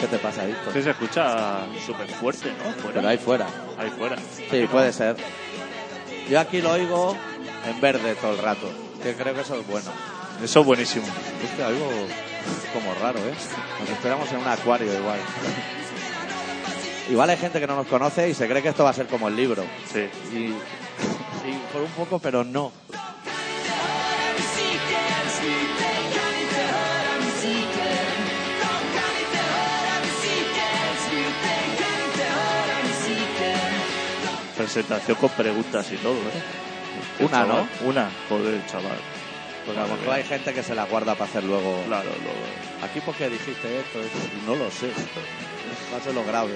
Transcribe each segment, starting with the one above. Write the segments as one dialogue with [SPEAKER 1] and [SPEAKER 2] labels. [SPEAKER 1] ¿Qué te pasa, Víctor?
[SPEAKER 2] Que se escucha súper fuerte, ¿no? Fuera.
[SPEAKER 1] Pero ahí fuera.
[SPEAKER 2] Ahí fuera.
[SPEAKER 1] Sí, puede ser. Yo aquí lo oigo en verde todo el rato, que creo que eso es bueno.
[SPEAKER 2] Eso es buenísimo.
[SPEAKER 1] Hostia, algo como raro, ¿eh? Nos esperamos en un acuario igual. Igual hay gente que no nos conoce y se cree que esto va a ser como el libro.
[SPEAKER 2] Sí.
[SPEAKER 1] Y, y por un poco, pero no.
[SPEAKER 2] Presentación con preguntas y todo, ¿eh? El
[SPEAKER 1] Una, Pues
[SPEAKER 2] chaval- Una, joder, chaval.
[SPEAKER 1] Porque a lo
[SPEAKER 2] Madre
[SPEAKER 1] mejor hay gente que se la guarda para hacer luego.
[SPEAKER 2] Claro, luego.
[SPEAKER 1] Aquí porque dijiste esto, esto? no lo sé. Va a ser lo grave.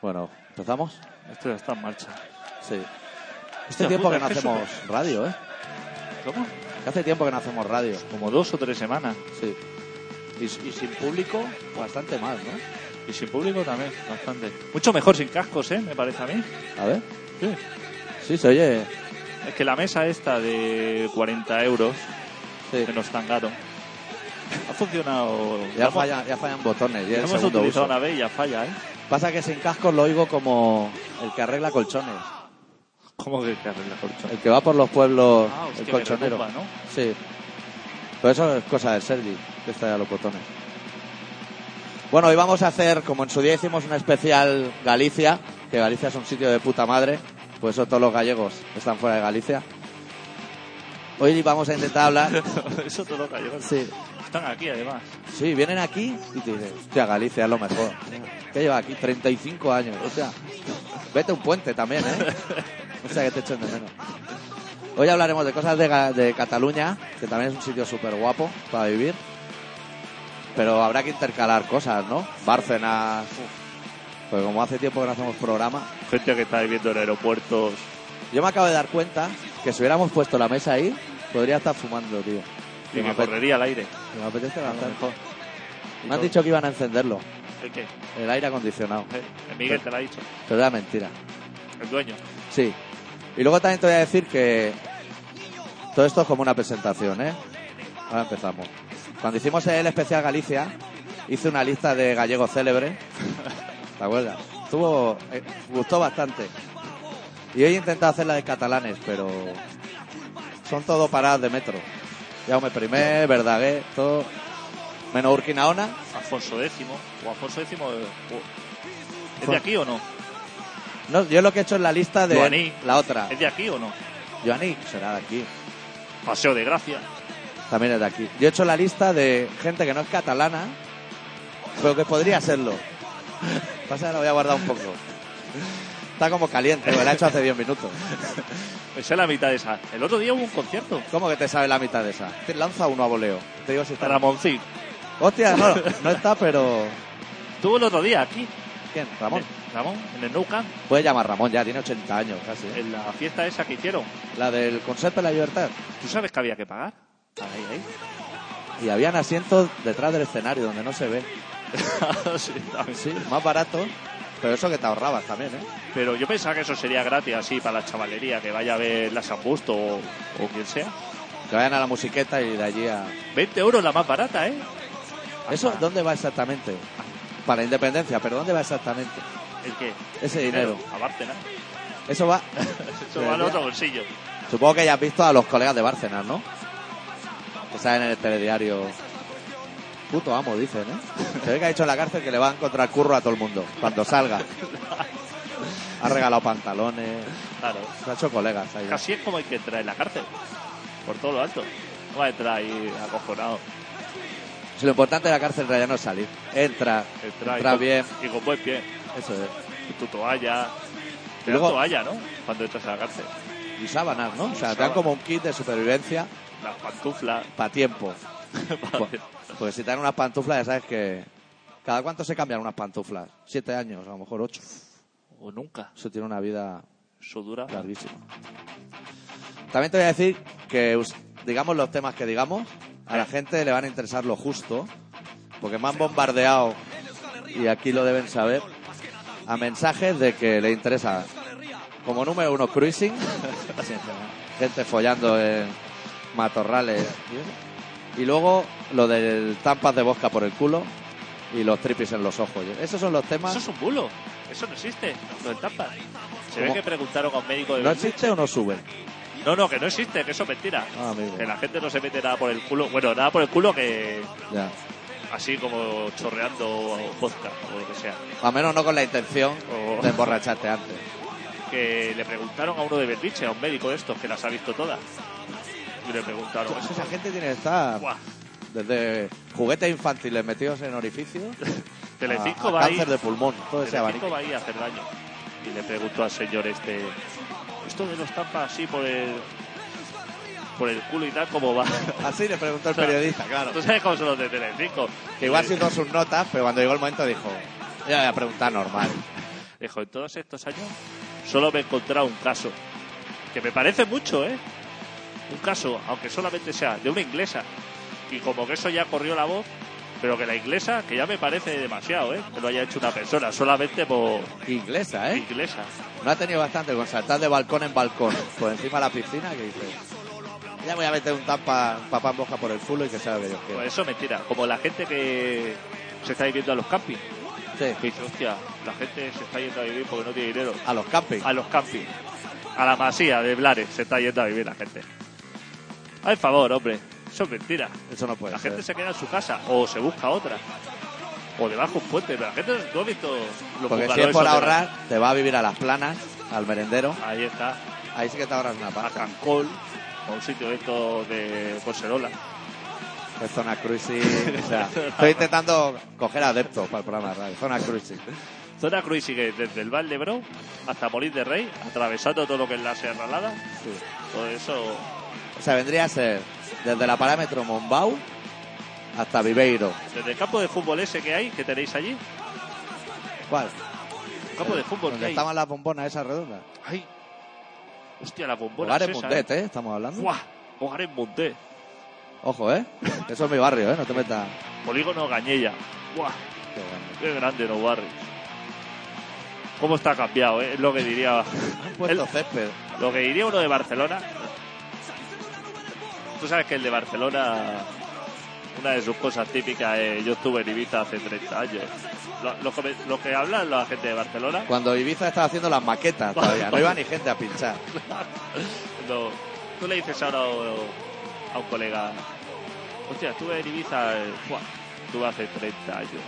[SPEAKER 1] Bueno, ¿empezamos?
[SPEAKER 2] Esto ya está en marcha.
[SPEAKER 1] Sí. Hace
[SPEAKER 2] Hostia,
[SPEAKER 1] tiempo
[SPEAKER 2] puta,
[SPEAKER 1] que no
[SPEAKER 2] es que
[SPEAKER 1] hacemos radio, ¿eh?
[SPEAKER 2] ¿Cómo?
[SPEAKER 1] Que hace tiempo que no hacemos radio.
[SPEAKER 2] Como dos o tres semanas.
[SPEAKER 1] Sí. Y, s- y sin público, bastante mal, ¿no?
[SPEAKER 2] Y sin público también, bastante. Mucho mejor sin cascos, ¿eh? Me parece a mí.
[SPEAKER 1] A ver.
[SPEAKER 2] Sí.
[SPEAKER 1] Sí, se oye.
[SPEAKER 2] Es que la mesa esta de 40 euros
[SPEAKER 1] Sí.
[SPEAKER 2] que nos tangaron ha funcionado.
[SPEAKER 1] Ya,
[SPEAKER 2] Hemos-
[SPEAKER 1] fallan, ya fallan botones. Ya el
[SPEAKER 2] Hemos
[SPEAKER 1] segundo
[SPEAKER 2] utilizado
[SPEAKER 1] uso.
[SPEAKER 2] una vez y ya falla, ¿eh?
[SPEAKER 1] Pasa que sin cascos lo oigo como el que arregla colchones.
[SPEAKER 2] ¿Cómo que te arregla colchón?
[SPEAKER 1] El que va por los pueblos,
[SPEAKER 2] Ah, hostia,
[SPEAKER 1] el
[SPEAKER 2] que
[SPEAKER 1] colchonero.
[SPEAKER 2] retumba, ¿no?
[SPEAKER 1] Sí. Pero eso es cosa de Sergi, que está ya los botones. Bueno, hoy vamos a hacer, como en su día hicimos un especial Galicia, que Galicia es un sitio de puta madre, por eso todos los gallegos están fuera de Galicia. Hoy vamos a intentar hablar.
[SPEAKER 2] Eso te lo cayó.
[SPEAKER 1] Sí.
[SPEAKER 2] Están aquí además.
[SPEAKER 1] Sí, vienen aquí y te dicen, hostia, Galicia es lo mejor. ¿Qué lleva aquí? 35 años. O sea, vete a un puente también, ¿eh? O sea, que te echen de menos. Hoy hablaremos de cosas de, Ga- de Cataluña, que también es un sitio súper guapo para vivir. Pero habrá que intercalar cosas, ¿no? Bárcenas. Pues como hace tiempo que no hacemos programa.
[SPEAKER 2] Gente que está viviendo en aeropuertos.
[SPEAKER 1] Yo me acabo de dar cuenta que si hubiéramos puesto la mesa ahí, podría estar fumando, tío.
[SPEAKER 2] Y
[SPEAKER 1] me
[SPEAKER 2] que
[SPEAKER 1] apete-
[SPEAKER 2] correría al aire.
[SPEAKER 1] me apetece bastante. Me
[SPEAKER 2] todo.
[SPEAKER 1] han dicho que iban a encenderlo,
[SPEAKER 2] ¿El qué?
[SPEAKER 1] el aire acondicionado.
[SPEAKER 2] Eh, el Miguel te lo ha dicho.
[SPEAKER 1] Pero era mentira.
[SPEAKER 2] El dueño.
[SPEAKER 1] Sí. Y luego también te voy a decir que todo esto es como una presentación, ¿eh? Ahora empezamos. Cuando hicimos el especial Galicia, hice una lista de gallegos célebres. ¿Te acuerdas? Estuvo, eh, gustó bastante. Y hoy he intentado hacer la de catalanes, pero son todo paradas de metro. Jaume I, Verdaguer, todo. Menos Urquinaona.
[SPEAKER 2] Alfonso X. O Alfonso X. eh, o- ¿Es de aquí o no?
[SPEAKER 1] No, yo lo que he hecho es la lista de
[SPEAKER 2] Joaní.
[SPEAKER 1] la otra.
[SPEAKER 2] ¿Es de aquí o no?
[SPEAKER 1] Joaní será de aquí.
[SPEAKER 2] Paseo de Gracia.
[SPEAKER 1] También es de aquí. Yo he hecho la lista de gente que no es catalana, pero que podría serlo. Pasa que la voy a guardar un poco. Está como caliente, porque la he hecho hace 10 minutos.
[SPEAKER 2] Esa es la mitad de esa. El otro día hubo un concierto.
[SPEAKER 1] ¿Cómo que te sabe la mitad de esa? Te lanza uno a voleo. Te digo si está.
[SPEAKER 2] Ramoncín.
[SPEAKER 1] Hostia, no, no está, pero.
[SPEAKER 2] Estuvo el otro día aquí.
[SPEAKER 1] ¿Quién? Ramón.
[SPEAKER 2] Eh, Ramón, en el Nou Camp.
[SPEAKER 1] Puede llamar Ramón ya, tiene 80 años casi. ¿eh?
[SPEAKER 2] En la fiesta esa que hicieron.
[SPEAKER 1] La del Concepto de la Libertad.
[SPEAKER 2] ¿Tú sabes que había que pagar? Ahí, ahí.
[SPEAKER 1] Y habían asientos detrás del escenario donde no se ve.
[SPEAKER 2] Sí, también.
[SPEAKER 1] Sí, más barato, pero eso que te ahorrabas también, ¿eh?
[SPEAKER 2] Pero yo pensaba que eso sería gratis así para la chavalería que vaya a ver las Augusto o, o quien sea.
[SPEAKER 1] Que vayan a la musiqueta y de allí a.
[SPEAKER 2] 20 euros la más barata, ¿eh?
[SPEAKER 1] ¿Eso
[SPEAKER 2] Ajá.
[SPEAKER 1] dónde va exactamente? Para Independencia, pero ¿dónde va exactamente
[SPEAKER 2] El que
[SPEAKER 1] ese dinero?
[SPEAKER 2] A Bárcena.
[SPEAKER 1] Eso va.
[SPEAKER 2] Eso va al otro bolsillo.
[SPEAKER 1] Supongo que ya has visto a los colegas de Bárcenas, ¿no? Que salen en el telediario. Puto amo, dicen, ¿eh? Se ve que ha dicho en la cárcel que le va a encontrar curro a todo el mundo cuando salga. Ha regalado pantalones.
[SPEAKER 2] Claro.
[SPEAKER 1] Se ha hecho colegas ahí.
[SPEAKER 2] Casi es como el que entra en la cárcel. Por todo lo alto. No va a entrar ahí acojonado.
[SPEAKER 1] Si lo importante de la cárcel en realidad no es salir. Entra, entra,
[SPEAKER 2] Entra, y con-
[SPEAKER 1] bien.
[SPEAKER 2] Y con buen pie.
[SPEAKER 1] Eso es.
[SPEAKER 2] Tu toalla. Te
[SPEAKER 1] Luego-
[SPEAKER 2] dan toalla, ¿no? Cuando entras a la cárcel.
[SPEAKER 1] Y sábanas, ¿no? O sea,
[SPEAKER 2] Y
[SPEAKER 1] te dan
[SPEAKER 2] sábanas.
[SPEAKER 1] como un kit de supervivencia
[SPEAKER 2] Las pantuflas.
[SPEAKER 1] para tiempo.
[SPEAKER 2] Vale.
[SPEAKER 1] Porque si te dan unas pantuflas, ya sabes que. ¿Cada cuánto se cambian unas pantuflas? Siete años, a lo mejor ocho.
[SPEAKER 2] o nunca.
[SPEAKER 1] Eso tiene una vida
[SPEAKER 2] Eso dura.
[SPEAKER 1] larguísima. También te voy a decir que, us- digamos los temas que digamos, a la gente le van a interesar lo justo, porque me han bombardeado, y aquí lo deben saber, a mensajes de que le interesa, como número uno, cruising, gente follando en matorrales, y luego lo del tampas de bosca por el culo y los tripis en los ojos. Esos son los temas.
[SPEAKER 2] Eso es un bulo. Eso no existe. Lo del tapa. Se
[SPEAKER 1] ¿Cómo?
[SPEAKER 2] ve que preguntaron a un médico de
[SPEAKER 1] ¿No existe o no sube?
[SPEAKER 2] No, no, que no existe, que eso es mentira.
[SPEAKER 1] Ah, amigo.
[SPEAKER 2] Que la gente no se mete nada por el culo. Bueno, nada por el culo que
[SPEAKER 1] Ya.
[SPEAKER 2] así como chorreando vodka o lo que sea.
[SPEAKER 1] A menos no con la intención
[SPEAKER 2] O-
[SPEAKER 1] de emborracharte antes.
[SPEAKER 2] Que le preguntaron a uno de Berliche, a un médico de estos, que las ha visto todas. Y le preguntaron,
[SPEAKER 1] Es que
[SPEAKER 2] eso
[SPEAKER 1] esa gente tiene que estar
[SPEAKER 2] Buah,
[SPEAKER 1] desde juguetes infantiles metidos en orificios
[SPEAKER 2] Telecinco
[SPEAKER 1] a- a
[SPEAKER 2] va ahí.
[SPEAKER 1] cáncer de pulmón, todo ese
[SPEAKER 2] Telecinco
[SPEAKER 1] abanico.
[SPEAKER 2] va ahí a hacer daño. Y le preguntó al señor este, esto de los tapas así por el por el culo y tal, ¿cómo va?
[SPEAKER 1] Así le preguntó el
[SPEAKER 2] O sea,
[SPEAKER 1] periodista, claro.
[SPEAKER 2] Tú sabes cómo son los de Telecinco.
[SPEAKER 1] Que
[SPEAKER 2] eh,
[SPEAKER 1] igual hizo sus notas, pero cuando llegó el momento dijo, ya voy a preguntar normal.
[SPEAKER 2] Dijo, en todos estos años solo me he encontrado un caso, que me parece mucho, ¿eh? Un caso, aunque solamente sea de una inglesa. Y como que eso ya corrió la voz, pero que la inglesa, que ya me parece demasiado, ¿eh? Que lo haya hecho una persona, solamente por
[SPEAKER 1] Inglesa, ¿eh?
[SPEAKER 2] inglesa.
[SPEAKER 1] No ha tenido bastante con saltar de balcón en balcón, por encima de la piscina, que dice, ya voy a meter un tapa, un papá en boca por el culo y que sabe que Dios quiere.
[SPEAKER 2] Pues eso es mentira, como la gente que se está viviendo a los campings. Que
[SPEAKER 1] Sí,
[SPEAKER 2] dice, hostia, la gente se está yendo a vivir porque no tiene dinero.
[SPEAKER 1] a los campings.
[SPEAKER 2] a los campings, a la masía de Blares, se está yendo a vivir la gente. Al favor, hombre, eso es mentira.
[SPEAKER 1] Eso no puede
[SPEAKER 2] La
[SPEAKER 1] ser.
[SPEAKER 2] gente se queda en su casa o se busca otra. O debajo de un puente, pero la gente no ha visto los
[SPEAKER 1] Porque si
[SPEAKER 2] bungalows
[SPEAKER 1] es por
[SPEAKER 2] esos de la-
[SPEAKER 1] ahorrar, te va a vivir a las planas, al merendero.
[SPEAKER 2] Ahí está,
[SPEAKER 1] Ahí sí que te ahorras una
[SPEAKER 2] a
[SPEAKER 1] pasta.
[SPEAKER 2] Cancol, a un sitio de estos de Ponserola.
[SPEAKER 1] Es zona cruising. O sea, estoy intentando coger adeptos para el programa de radio. Zona cruising.
[SPEAKER 2] Zona cruising que desde el Val de Bro hasta Molín de Rey, atravesando todo lo que es la serralada,
[SPEAKER 1] Sí.
[SPEAKER 2] todo eso
[SPEAKER 1] O sea, vendría a ser desde la parámetro Mombau hasta Viveiro.
[SPEAKER 2] desde el campo de fútbol ese que hay, que tenéis allí,
[SPEAKER 1] ¿Cuál?
[SPEAKER 2] el campo de fútbol que
[SPEAKER 1] Donde
[SPEAKER 2] hay.
[SPEAKER 1] estaban las bombonas esas redondas.
[SPEAKER 2] Ay, hostia, la bombona
[SPEAKER 1] Hogares
[SPEAKER 2] es esa,
[SPEAKER 1] Mundet, ¿eh? Estamos hablando.
[SPEAKER 2] ¡Buah! Hogar en Monté.
[SPEAKER 1] Ojo, ¿eh? Eso es mi barrio, ¿eh? No te metas.
[SPEAKER 2] Polígono Gañella. ¡Buah!
[SPEAKER 1] Qué bueno.
[SPEAKER 2] ¡Qué grande los barrios! ¿Cómo está cambiado, eh? Es lo que diría.
[SPEAKER 1] Han puesto
[SPEAKER 2] El-
[SPEAKER 1] césped.
[SPEAKER 2] lo que diría uno de Barcelona. Tú sabes que el de Barcelona. Una de sus cosas típicas es. Yo estuve en Ibiza hace 30 años. Lo, lo que, me- lo que hablan la gente de Barcelona.
[SPEAKER 1] Cuando Ibiza estaba haciendo las maquetas todavía. No iba ni gente a pinchar.
[SPEAKER 2] Cuando tú le dices ahora a a un colega. Hostia, estuve en Ibiza. eh, ¡buah! Estuve hace 30 años.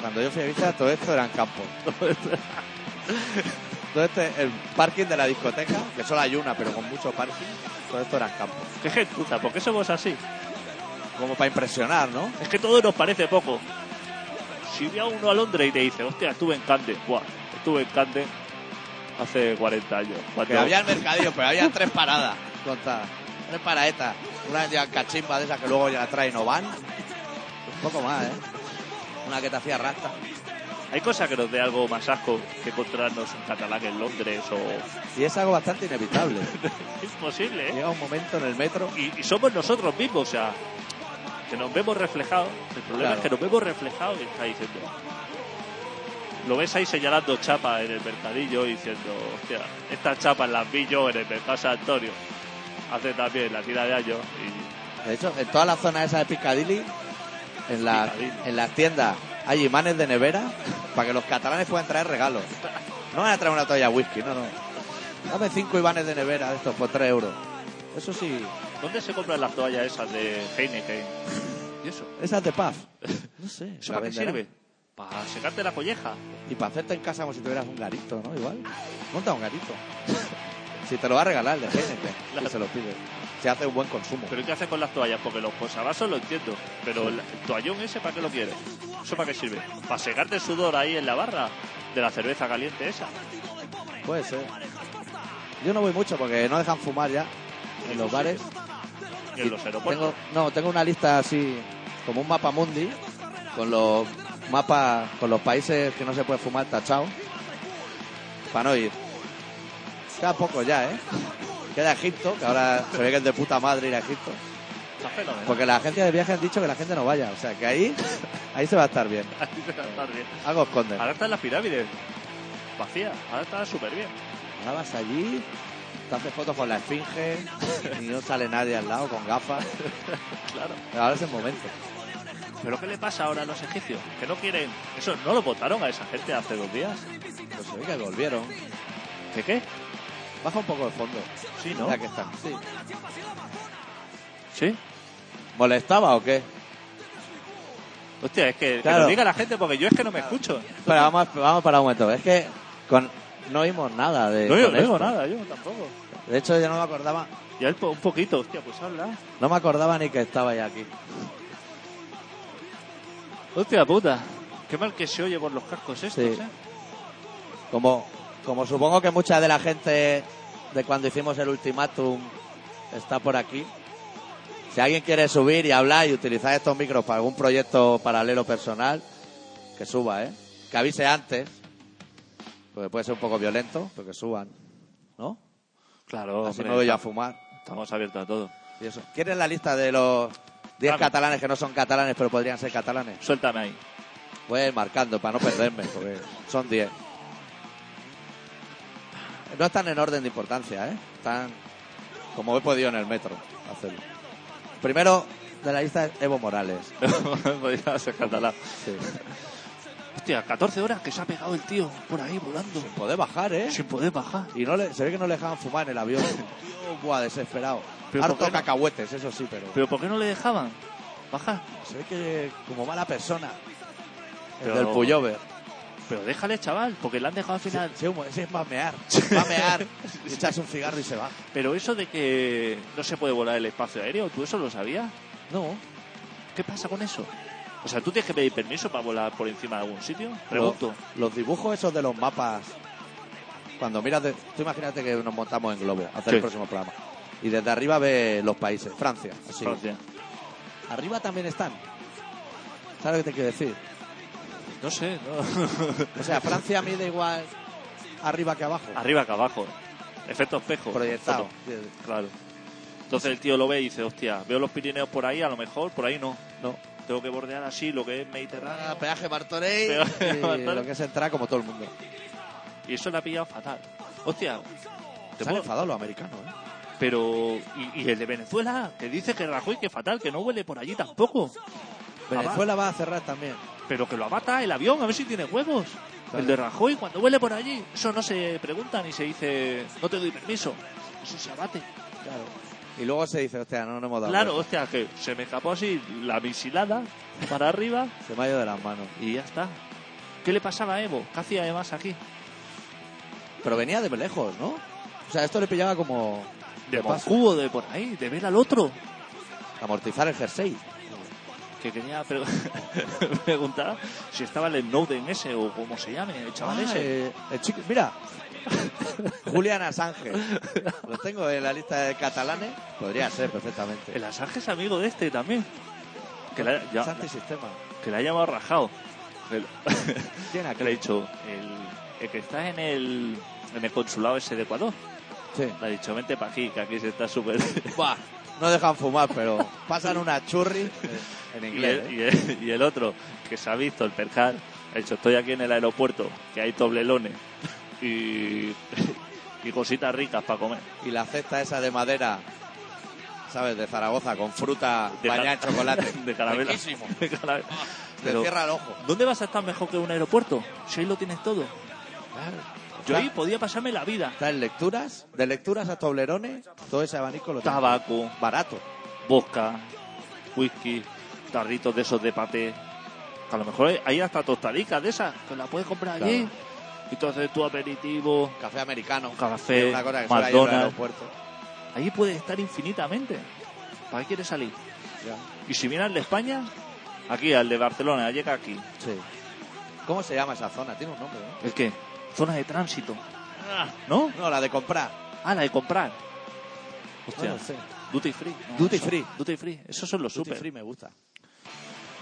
[SPEAKER 1] Cuando yo fui a Ibiza, todo esto eran campos. Todo este, el parking de la discoteca, que solo hay una, pero con mucho parking, todo esto eran campos.
[SPEAKER 2] Qué gentuza, ¿por qué somos así?
[SPEAKER 1] Como para impresionar, ¿no?
[SPEAKER 2] Es que todo nos parece poco. Si ve a uno a Londres y te dice, hostia, estuve en Cande, buah, estuve en Cande hace 40 años.
[SPEAKER 1] Que
[SPEAKER 2] Cuando
[SPEAKER 1] había el mercadillo, pero había tres paradas contadas. Tres paraetas. Una ya cachimba de esas que luego ya traen no van. Un poco más, ¿eh? Una que te hacía rasta.
[SPEAKER 2] Hay cosas que nos dé algo más asco que encontrarnos un catalán en Londres o...
[SPEAKER 1] Y es algo bastante inevitable.
[SPEAKER 2] Es posible, ¿eh?
[SPEAKER 1] Llega un momento en el metro.
[SPEAKER 2] Y, y somos nosotros mismos, o sea, que nos vemos reflejados. El problema
[SPEAKER 1] Claro.
[SPEAKER 2] es que nos vemos reflejados y está diciendo... Lo ves ahí señalando chapa en el mercadillo y diciendo, hostia, estas chapas las vi yo en el mercado San Antonio. Hace también la tira de años y
[SPEAKER 1] De hecho, en toda la zona esa de Piccadilly, en, la,
[SPEAKER 2] Piccadilly.
[SPEAKER 1] en las tiendas hay imanes de nevera para que los catalanes puedan traer regalos. No van a traer una toalla de whisky, no, no. Dame cinco ibanes de nevera de estos por tres euros. Eso sí,
[SPEAKER 2] ¿Dónde se compran las toallas esas de Heineken? ¿Y eso?
[SPEAKER 1] esas de paz. No sé.
[SPEAKER 2] ¿Eso
[SPEAKER 1] la ¿eh?
[SPEAKER 2] para qué
[SPEAKER 1] venderán.
[SPEAKER 2] sirve? Para secarte la colleja.
[SPEAKER 1] Y para hacerte en casa como si tuvieras un garito, ¿no? Igual. Monta un garito. si te lo va a regalar el de Heineken,
[SPEAKER 2] Claro.
[SPEAKER 1] si se lo pide. Se hace un buen consumo.
[SPEAKER 2] ¿Pero qué haces con las toallas? Porque los posavasos lo entiendo. Pero el toallón ese, ¿para qué lo quieres? ¿Eso para qué sirve? ¿Para secarte el sudor ahí en la barra de la cerveza caliente esa?
[SPEAKER 1] Puede ser. Yo no voy mucho porque no dejan fumar ya en los bares.
[SPEAKER 2] En los aeropuertos.
[SPEAKER 1] Tengo, no, tengo una lista así, como un mapa mundi, con los mapas, con los países que no se puede fumar tachados, para no ir. Queda poco ya, ¿eh? Queda Egipto, que ahora se ve que es de puta madre ir a Egipto.
[SPEAKER 2] Está fenomenal.
[SPEAKER 1] Porque las agencias de viajes han dicho que la gente no vaya, o sea que ahí, ahí se va a estar bien.
[SPEAKER 2] Así se está bien.
[SPEAKER 1] Algo esconden.
[SPEAKER 2] Ahora están las pirámides. Vacía. Ahora está súper bien.
[SPEAKER 1] Ahora vas allí, te haces fotos con la esfinge y no sale nadie al lado con gafas.
[SPEAKER 2] Claro.
[SPEAKER 1] Ahora es el momento.
[SPEAKER 2] ¿Pero qué le pasa ahora a los egipcios? Que no quieren... Eso, ¿no lo votaron a esa gente hace dos días?
[SPEAKER 1] Pues se ve que volvieron.
[SPEAKER 2] ¿De qué?
[SPEAKER 1] Baja un poco de fondo.
[SPEAKER 2] Sí, ¿no?
[SPEAKER 1] Ya que están. Sí.
[SPEAKER 2] Sí.
[SPEAKER 1] ¿Molestaba o qué?
[SPEAKER 2] Hostia, es que, que
[SPEAKER 1] Claro. Eh,
[SPEAKER 2] lo diga la gente porque yo es que no me escucho.
[SPEAKER 1] Espera, vamos, a- vamos a parar un momento. Es que con, no oímos nada de.
[SPEAKER 2] No yo-
[SPEAKER 1] con
[SPEAKER 2] no digo
[SPEAKER 1] esto.
[SPEAKER 2] nada, yo tampoco.
[SPEAKER 1] De hecho, yo no me acordaba.
[SPEAKER 2] Y él po- un poquito, hostia, pues habla.
[SPEAKER 1] No me acordaba ni que estaba ya aquí.
[SPEAKER 2] Hostia puta. Qué mal que se oye por los cascos estos,
[SPEAKER 1] Sí.
[SPEAKER 2] ¿eh?
[SPEAKER 1] Como, como supongo que mucha de la gente de cuando hicimos el ultimátum está por aquí. Si alguien quiere subir y hablar y utilizar estos micros para algún proyecto paralelo personal, que suba, ¿eh? Que avise antes, porque puede ser un poco violento, pero que suban, ¿no?
[SPEAKER 2] Claro,
[SPEAKER 1] Así
[SPEAKER 2] hombre,
[SPEAKER 1] no voy a fumar.
[SPEAKER 2] estamos abiertos a todo.
[SPEAKER 1] Y eso. ¿Quieres la lista de los 10
[SPEAKER 2] Dame.
[SPEAKER 1] catalanes que no son catalanes, pero podrían ser catalanes?
[SPEAKER 2] Suéltame ahí.
[SPEAKER 1] Voy a ir marcando para no perderme, porque son 10. No están en orden de importancia, ¿eh? Están como he podido en el metro hacerlo. Primero de la lista es Evo Morales.
[SPEAKER 2] Podría ser catalán.
[SPEAKER 1] Sí.
[SPEAKER 2] Hostia, 14 horas que se ha pegado el tío por ahí volando.
[SPEAKER 1] Puede bajar, ¿eh?
[SPEAKER 2] Sin poder bajar.
[SPEAKER 1] Y no le- se ve que no le dejaban fumar en el avión. Tío, Buah, desesperado.
[SPEAKER 2] Pero ¿por
[SPEAKER 1] Harto
[SPEAKER 2] qué no?
[SPEAKER 1] cacahuetes, eso sí, pero
[SPEAKER 2] ¿Pero por qué no le dejaban bajar?
[SPEAKER 1] se ve que como mala persona. El
[SPEAKER 2] Pero-
[SPEAKER 1] del Puyover.
[SPEAKER 2] Pero déjale, chaval, porque le han dejado al final.
[SPEAKER 1] Ese humo, ese es mamear. Mamear. Echas un cigarro y se va.
[SPEAKER 2] Pero eso de que no se puede volar el espacio aéreo, ¿tú eso lo sabías?
[SPEAKER 1] No,
[SPEAKER 2] ¿Qué pasa con eso? O sea, ¿tú tienes que pedir permiso para volar por encima de algún sitio? Pregunto.
[SPEAKER 1] Los, los dibujos esos de los mapas. Cuando miras, de- tú imagínate que nos montamos en globo a hacer
[SPEAKER 2] Sí.
[SPEAKER 1] el próximo programa. Y desde arriba ve los países. Francia, así.
[SPEAKER 2] Francia.
[SPEAKER 1] Arriba también están. ¿Sabes lo que te quiero decir?
[SPEAKER 2] No sé, no.
[SPEAKER 1] O sea, Francia mide igual arriba que abajo.
[SPEAKER 2] Arriba que abajo. Efecto espejo.
[SPEAKER 1] Proyectado.
[SPEAKER 2] Foto. Claro. Entonces el tío lo ve y dice, hostia, veo los Pirineos por ahí, a lo mejor por ahí no.
[SPEAKER 1] No.
[SPEAKER 2] Tengo que bordear así lo que es Mediterráneo.
[SPEAKER 1] Ah, peaje Martorey.
[SPEAKER 2] Peaje
[SPEAKER 1] y
[SPEAKER 2] Martorey.
[SPEAKER 1] lo que es entrar como todo el mundo.
[SPEAKER 2] Y eso le ha pillado fatal. Hostia. te
[SPEAKER 1] Se han
[SPEAKER 2] puedo-
[SPEAKER 1] enfadado los americanos, ¿eh?
[SPEAKER 2] Pero, ¿y, y el de Venezuela? Que dice que Rajoy que fatal, que no huele por allí tampoco.
[SPEAKER 1] Venezuela va a cerrar también.
[SPEAKER 2] Pero que lo abata el avión, a ver si tiene huevos.
[SPEAKER 1] Claro.
[SPEAKER 2] El de Rajoy, cuando huele por allí, eso no se pregunta ni se dice, no te doy permiso. Eso se abate.
[SPEAKER 1] Claro. Y luego se dice, hostia, no, no hemos dado.
[SPEAKER 2] Claro,
[SPEAKER 1] cuenta.
[SPEAKER 2] hostia, que se me escapó así la misilada para arriba
[SPEAKER 1] Se me ha ido de las manos.
[SPEAKER 2] y ya está. ¿Qué le pasaba a Evo? ¿Qué hacía además aquí?
[SPEAKER 1] Pero venía de lejos, ¿no? O sea, esto le pillaba como
[SPEAKER 2] De
[SPEAKER 1] ¿Qué pasa?
[SPEAKER 2] Moscú, de por ahí, de ver al otro.
[SPEAKER 1] amortizar el jersey.
[SPEAKER 2] Que quería pre- preguntar si estaba el Snowden ese o como se llame, el chaval
[SPEAKER 1] Ah,
[SPEAKER 2] ese.
[SPEAKER 1] eh, el chico- mira, Julián Assange. Lo tengo en la lista de catalanes. Podría ser perfectamente.
[SPEAKER 2] El Assange es amigo de este también. Que le ha, ya-
[SPEAKER 1] Es antisistema.
[SPEAKER 2] que le ha llamado rajado. El-
[SPEAKER 1] ¿Quién ha
[SPEAKER 2] que le ha dicho, el, el que está en el, en el consulado ese de Ecuador,
[SPEAKER 1] Sí.
[SPEAKER 2] le ha dicho, vente para aquí, que aquí se está súper...
[SPEAKER 1] Buah, no dejan fumar, pero pasan una churri eh, en
[SPEAKER 2] Y
[SPEAKER 1] inglés.
[SPEAKER 2] el,
[SPEAKER 1] ¿eh?
[SPEAKER 2] y el- y el otro, que se ha visto el percal, ha dicho, estoy aquí en el aeropuerto, que hay toblelones y, y cositas ricas para comer.
[SPEAKER 1] Y la cesta esa de madera, ¿sabes? De Zaragoza, con fruta
[SPEAKER 2] De
[SPEAKER 1] bañada en
[SPEAKER 2] ca-
[SPEAKER 1] chocolate.
[SPEAKER 2] De caramelo.
[SPEAKER 1] Riquísimo. Ah,
[SPEAKER 2] De caramelo.
[SPEAKER 1] Te
[SPEAKER 2] Pero,
[SPEAKER 1] cierra el ojo.
[SPEAKER 2] ¿dónde vas a estar mejor que un aeropuerto? Si ahí lo tienes todo. Yo ahí podía pasarme la vida.
[SPEAKER 1] Está en lecturas, de lecturas a Toblerones, todo ese abanico lo tengo.
[SPEAKER 2] Tabaco,
[SPEAKER 1] Barato.
[SPEAKER 2] bosca, whisky, tarritos de esos de paté. A lo mejor hay- hay hasta tostadicas de esas, que la puedes comprar allí.
[SPEAKER 1] Claro.
[SPEAKER 2] Y tú haces tu aperitivo.
[SPEAKER 1] Café americano.
[SPEAKER 2] Café,
[SPEAKER 1] que es una cosa que suele ir al
[SPEAKER 2] McDonald's.
[SPEAKER 1] aeropuerto.
[SPEAKER 2] Allí puedes estar infinitamente. ¿Para qué quieres salir?
[SPEAKER 1] Ya.
[SPEAKER 2] Y si vienes al de España, aquí, al de Barcelona, llega aquí.
[SPEAKER 1] Sí. ¿Cómo se llama esa zona? Tiene un nombre, ¿no?
[SPEAKER 2] ¿El qué? Zona de tránsito.
[SPEAKER 1] Ah.
[SPEAKER 2] ¿No?
[SPEAKER 1] No, la de comprar.
[SPEAKER 2] Ah, la de comprar. Hostia.
[SPEAKER 1] No lo sé.
[SPEAKER 2] Duty free. No,
[SPEAKER 1] Duty
[SPEAKER 2] eso-
[SPEAKER 1] free.
[SPEAKER 2] Duty free. Esos son los
[SPEAKER 1] Duty
[SPEAKER 2] super.
[SPEAKER 1] free me gusta.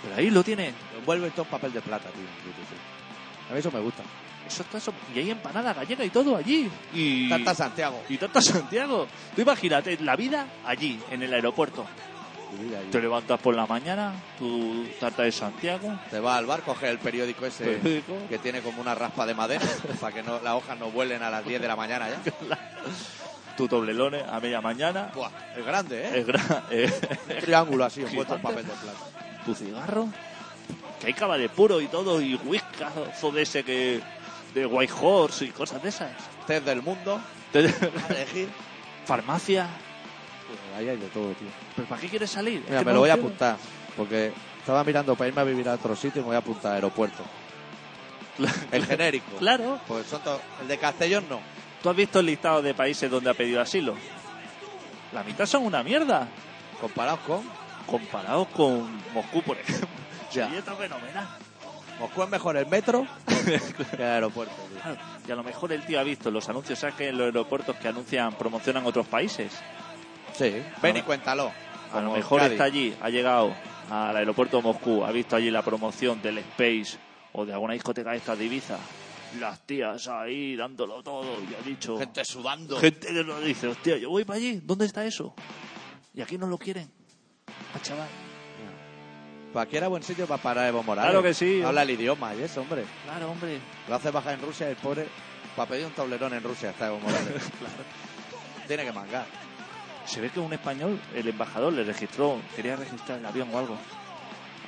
[SPEAKER 2] Pero ahí lo tiene.
[SPEAKER 1] Lo envuelve todo en papel de plata, tío. Duty free. A mí eso me gusta.
[SPEAKER 2] Eso está eso- Y hay empanada gallega y todo allí. Y
[SPEAKER 1] Tanta Santiago.
[SPEAKER 2] Y tanta Santiago. Tú imagínate la vida allí, en el aeropuerto.
[SPEAKER 1] Y mira ahí.
[SPEAKER 2] Te levantas por la mañana, tu tarta de Santiago.
[SPEAKER 1] Te va al bar, coge el periódico ese
[SPEAKER 2] Periódico.
[SPEAKER 1] que tiene como una raspa de madera para que no, las hojas no vuelen a las 10 de la mañana ya.
[SPEAKER 2] Tu doblelones a media mañana.
[SPEAKER 1] Buah, es grande, ¿eh?
[SPEAKER 2] el gra- eh,
[SPEAKER 1] Un triángulo así envuelto en
[SPEAKER 2] Gigante.
[SPEAKER 1] papel de plata.
[SPEAKER 2] tu cigarro, que hay cava de puro y todo, y whiskazo de ese que. de White Horse y cosas de esas.
[SPEAKER 1] Test del mundo,
[SPEAKER 2] Te-
[SPEAKER 1] a elegir.
[SPEAKER 2] Farmacia. Pues
[SPEAKER 1] Ahí hay de todo, tío.
[SPEAKER 2] ¿Pero para qué quieres salir? Es
[SPEAKER 1] Mira,
[SPEAKER 2] que
[SPEAKER 1] me
[SPEAKER 2] no
[SPEAKER 1] lo voy a
[SPEAKER 2] quiero.
[SPEAKER 1] apuntar porque estaba mirando para irme a vivir a otro sitio y me voy a apuntar a aeropuerto. El genérico.
[SPEAKER 2] Claro,
[SPEAKER 1] Pues son todos- el de Castellón no.
[SPEAKER 2] tú has visto el listado de países donde ha pedido asilo. La mitad son una mierda,
[SPEAKER 1] Comparados con
[SPEAKER 2] comparados con Moscú, por ejemplo.
[SPEAKER 1] Ya.
[SPEAKER 2] Y está fenomenal.
[SPEAKER 1] Moscú es mejor el metro que el aeropuerto. tío.
[SPEAKER 2] Claro, Y a lo mejor el tío ha visto los anuncios ¿sabes que en los aeropuertos que anuncian, promocionan otros países.
[SPEAKER 1] Sí. Ven y cuéntalo.
[SPEAKER 2] A lo
[SPEAKER 1] Como
[SPEAKER 2] mejor
[SPEAKER 1] Cádiz.
[SPEAKER 2] está allí, ha llegado al aeropuerto de Moscú, ha visto allí la promoción del Space o de alguna discoteca esta de Ibiza. Las tías ahí dándolo todo y ha dicho...
[SPEAKER 1] Gente sudando.
[SPEAKER 2] Gente que nos dice, hostia, yo voy para allí, ¿dónde está eso? Y aquí no lo quieren. Ah, chaval.
[SPEAKER 1] Pues aquí era buen sitio para parar Evo Morales.
[SPEAKER 2] Claro que sí.
[SPEAKER 1] Habla el idioma y eso, hombre.
[SPEAKER 2] Claro, hombre.
[SPEAKER 1] Lo hace bajar en Rusia y el pobre... Para pedir un tablerón en Rusia está Evo Morales. Tiene que mangar.
[SPEAKER 2] Se ve que un español, el embajador, le registró, quería registrar el avión o algo.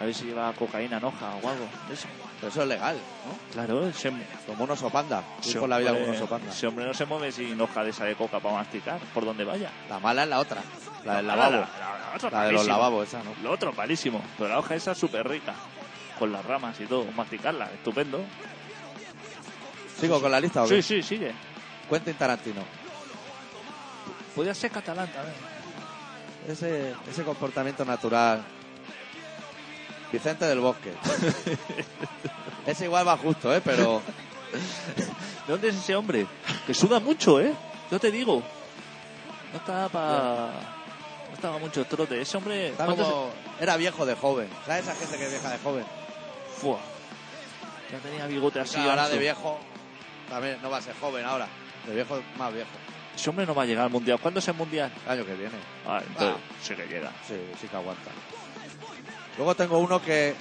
[SPEAKER 2] A ver si llevaba cocaína en hoja o algo. Eso.
[SPEAKER 1] Pero eso es legal, ¿no?
[SPEAKER 2] Claro, ese,
[SPEAKER 1] Como un oso panda. Ir
[SPEAKER 2] ese
[SPEAKER 1] por la vida como un
[SPEAKER 2] hombre-
[SPEAKER 1] oso panda.
[SPEAKER 2] ese hombre no se mueve sin hoja de esa de coca para masticar, por donde vaya.
[SPEAKER 1] La mala es la otra. La del lavabo.
[SPEAKER 2] La, la- la otra
[SPEAKER 1] La de los
[SPEAKER 2] malísima.
[SPEAKER 1] lavabos, esa, ¿no?
[SPEAKER 2] Lo otro malísimo, pero la hoja esa es súper rica. Con las ramas y todo, masticarla, estupendo.
[SPEAKER 1] ¿Sigo con la lista o qué?
[SPEAKER 2] Sí, sí, sigue.
[SPEAKER 1] Quentin Tarantino.
[SPEAKER 2] Podría ser catalán también.
[SPEAKER 1] Ese, ese comportamiento natural. Vicente del Bosque. ese igual va justo, ¿eh? Pero
[SPEAKER 2] ¿De dónde es ese hombre? Que suda mucho, ¿eh? Yo te digo. No estaba para... No estaba mucho trote. Ese hombre...
[SPEAKER 1] está
[SPEAKER 2] ¿cuántos-
[SPEAKER 1] como- era viejo de joven. ¿Sabes esa gente que es vieja de joven?
[SPEAKER 2] Fua. Ya tenía bigote así.
[SPEAKER 1] ahora
[SPEAKER 2] ancho.
[SPEAKER 1] de viejo también no va a ser joven ahora. De viejo más viejo.
[SPEAKER 2] Ese hombre no va a llegar al mundial. ¿Cuándo es el mundial?
[SPEAKER 1] El año que viene.
[SPEAKER 2] Ah, entonces sí que llega.
[SPEAKER 1] Sí, sí que aguanta. Luego tengo uno que,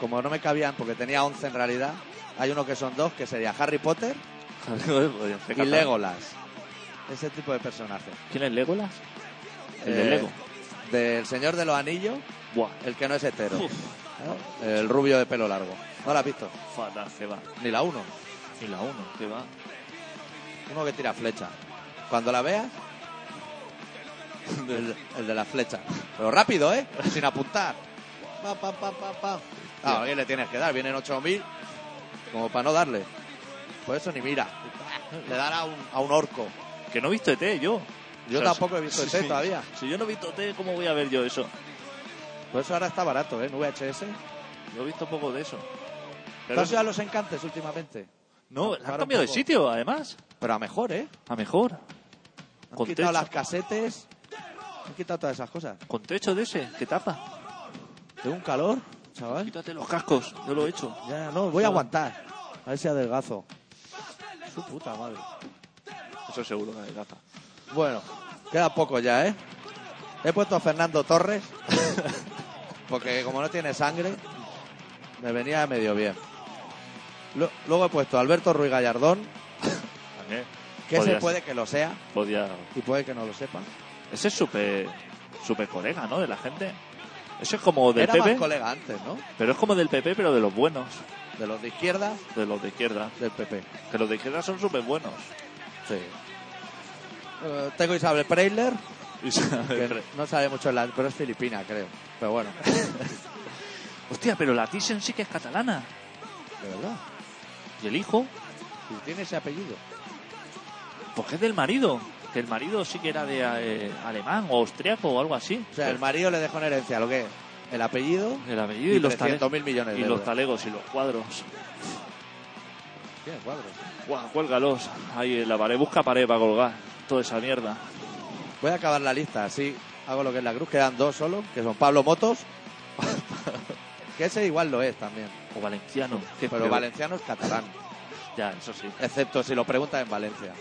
[SPEAKER 1] como no me cabían, porque tenía 11 en realidad, hay uno que son dos, que sería Harry Potter
[SPEAKER 2] Podría ser
[SPEAKER 1] y
[SPEAKER 2] catalán.
[SPEAKER 1] Legolas. Ese tipo de personajes.
[SPEAKER 2] ¿Quién es Legolas? El
[SPEAKER 1] Eh,
[SPEAKER 2] de Lego.
[SPEAKER 1] Del Señor de los Anillos,
[SPEAKER 2] Buah.
[SPEAKER 1] el que no es hetero.
[SPEAKER 2] Uf,
[SPEAKER 1] ¿no? El rubio de pelo largo. No la has visto.
[SPEAKER 2] fatal, que va.
[SPEAKER 1] Ni la uno.
[SPEAKER 2] Y la 1, que va.
[SPEAKER 1] Uno que tira flecha. Cuando la veas, el, el de la flecha. Pero rápido, ¿eh? Sin apuntar. Pa, pa, pa, pa, pa. Ah, ahí le tienes que dar. Vienen 8.000 como para no darle. Por eso ni mira. Le dará a un, a un orco.
[SPEAKER 2] Que no he visto ET, yo.
[SPEAKER 1] Yo
[SPEAKER 2] O sea,
[SPEAKER 1] tampoco he visto ese todavía.
[SPEAKER 2] Si yo no he visto ET, ¿cómo voy a ver yo eso?
[SPEAKER 1] Por eso ahora está barato, ¿eh? En VHS.
[SPEAKER 2] Yo he visto poco de eso.
[SPEAKER 1] ¿Te has ido a los encantes últimamente?
[SPEAKER 2] No, la han
[SPEAKER 1] Ahora
[SPEAKER 2] cambiado de
[SPEAKER 1] un poco.
[SPEAKER 2] sitio, además.
[SPEAKER 1] Pero a mejor, ¿eh?
[SPEAKER 2] A mejor.
[SPEAKER 1] Han
[SPEAKER 2] Con
[SPEAKER 1] quitado
[SPEAKER 2] techo,
[SPEAKER 1] las casetes. Han quitado todas esas cosas.
[SPEAKER 2] con techo de ese, que tapa.
[SPEAKER 1] Tengo un calor, chaval.
[SPEAKER 2] Quítate los cascos, yo lo he hecho.
[SPEAKER 1] Ya, no, voy a aguantar. A ver si adelgazo. Su puta madre.
[SPEAKER 2] Eso seguro que tapa.
[SPEAKER 1] Bueno, queda poco ya, ¿eh? He puesto a Fernando Torres. porque como no tiene sangre, me venía medio bien. Lu- Luego he puesto a Alberto Ruiz Gallardón,
[SPEAKER 2] También.
[SPEAKER 1] que
[SPEAKER 2] Podía
[SPEAKER 1] se puede que lo sea
[SPEAKER 2] Podía...
[SPEAKER 1] y puede que no lo sepa.
[SPEAKER 2] Ese es súper... Súper colega, ¿no? De la gente. Eso es como del
[SPEAKER 1] Era más
[SPEAKER 2] PP,
[SPEAKER 1] colega antes, ¿no?
[SPEAKER 2] pero es como del PP, pero de los buenos,
[SPEAKER 1] De los de izquierda,
[SPEAKER 2] de los de izquierda.
[SPEAKER 1] del PP.
[SPEAKER 2] Que los de izquierda son súper buenos.
[SPEAKER 1] Sí. Eh, tengo Isabel Preisler, que no sabe mucho, la, pero es filipina, creo. Pero bueno,
[SPEAKER 2] Hostia, pero la Thyssen sí que es catalana.
[SPEAKER 1] de verdad.
[SPEAKER 2] ¿Y el hijo?
[SPEAKER 1] Si tiene ese apellido.
[SPEAKER 2] Porque pues es del marido. Que el marido sí que era de eh, alemán o austriaco o algo así.
[SPEAKER 1] O sea, el
[SPEAKER 2] Pero-
[SPEAKER 1] marido le dejó en herencia lo que es el apellido
[SPEAKER 2] el apellido
[SPEAKER 1] y,
[SPEAKER 2] y, los talegos.
[SPEAKER 1] 300.000 millones de
[SPEAKER 2] Y los
[SPEAKER 1] euros.
[SPEAKER 2] talegos y los cuadros.
[SPEAKER 1] Tiene cuadros.
[SPEAKER 2] Guau, cuélgalos. Ahí en la pared. Busca pared para colgar. Toda esa mierda.
[SPEAKER 1] Voy a acabar la lista, así hago lo que es la cruz. Quedan dos solo, que son Pablo Motos, que ese igual lo es también,
[SPEAKER 2] O valenciano. que es
[SPEAKER 1] pero
[SPEAKER 2] peor.
[SPEAKER 1] valenciano es catalán,
[SPEAKER 2] Ya, eso sí.
[SPEAKER 1] excepto si lo preguntas en Valencia.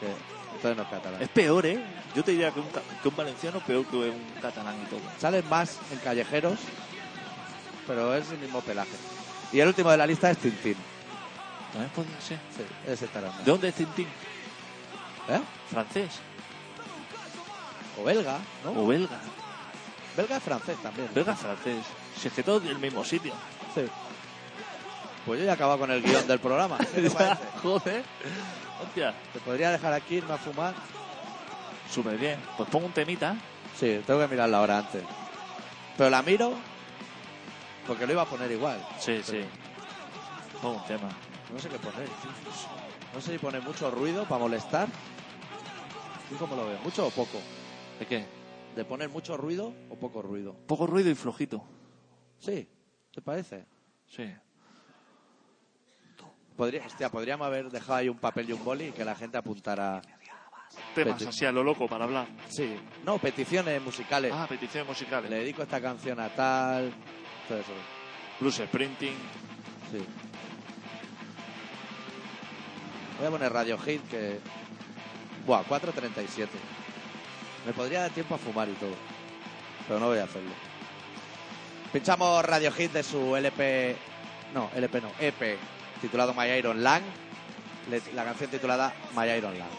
[SPEAKER 1] que entonces no es catalán.
[SPEAKER 2] Es peor, ¿eh? Yo te diría que un, ca- que un valenciano peor que un catalán y todo.
[SPEAKER 1] Salen más en callejeros, pero es el mismo pelaje. Y el último de la lista es Tintín.
[SPEAKER 2] También podría ser.
[SPEAKER 1] Sí, ese estará más.
[SPEAKER 2] ¿De dónde es Tintín?
[SPEAKER 1] ¿Eh?
[SPEAKER 2] ¿Francés?
[SPEAKER 1] O belga, ¿no?
[SPEAKER 2] ¿O belga?
[SPEAKER 1] Belga es francés también.
[SPEAKER 2] Belga francés. Si es que todos del mismo sitio.
[SPEAKER 1] Sí. Pues yo ya he acabado con el guión del programa. ¿Qué te
[SPEAKER 2] Ya,
[SPEAKER 1] parece?
[SPEAKER 2] Joder. Hostia,
[SPEAKER 1] ¿Te podría dejar aquí, irme a fumar?
[SPEAKER 2] súper bien. Pues pongo un temita.
[SPEAKER 1] Sí, tengo que mirarla ahora antes. Pero la miro porque lo iba a poner igual.
[SPEAKER 2] Sí, sí. Pongo un tema.
[SPEAKER 1] No sé qué poner. tío. No sé si poner mucho ruido para molestar. ¿Tú cómo lo ves? ¿Mucho o poco?
[SPEAKER 2] ¿De qué?
[SPEAKER 1] ¿De poner mucho ruido o poco ruido?
[SPEAKER 2] Poco ruido y flojito.
[SPEAKER 1] Sí, ¿te parece?
[SPEAKER 2] Sí.
[SPEAKER 1] Podría, hostia, podríamos haber dejado ahí un papel y un boli y que la gente apuntara.
[SPEAKER 2] Temas
[SPEAKER 1] Peti-
[SPEAKER 2] así a lo loco para hablar.
[SPEAKER 1] Sí, no, peticiones musicales.
[SPEAKER 2] Ah, peticiones musicales.
[SPEAKER 1] Eh. Le dedico esta canción a tal. Todo eso.
[SPEAKER 2] Blues Sprinting.
[SPEAKER 1] Sí. Voy a poner Radio Hit que. Buah, 4.37. Me podría dar tiempo a fumar y todo. Pero no voy a hacerlo. Pinchamos Radio Hit de su LP. No, LP no, EP. Titulado My Iron Lang. Le- La canción titulada My Iron Lang.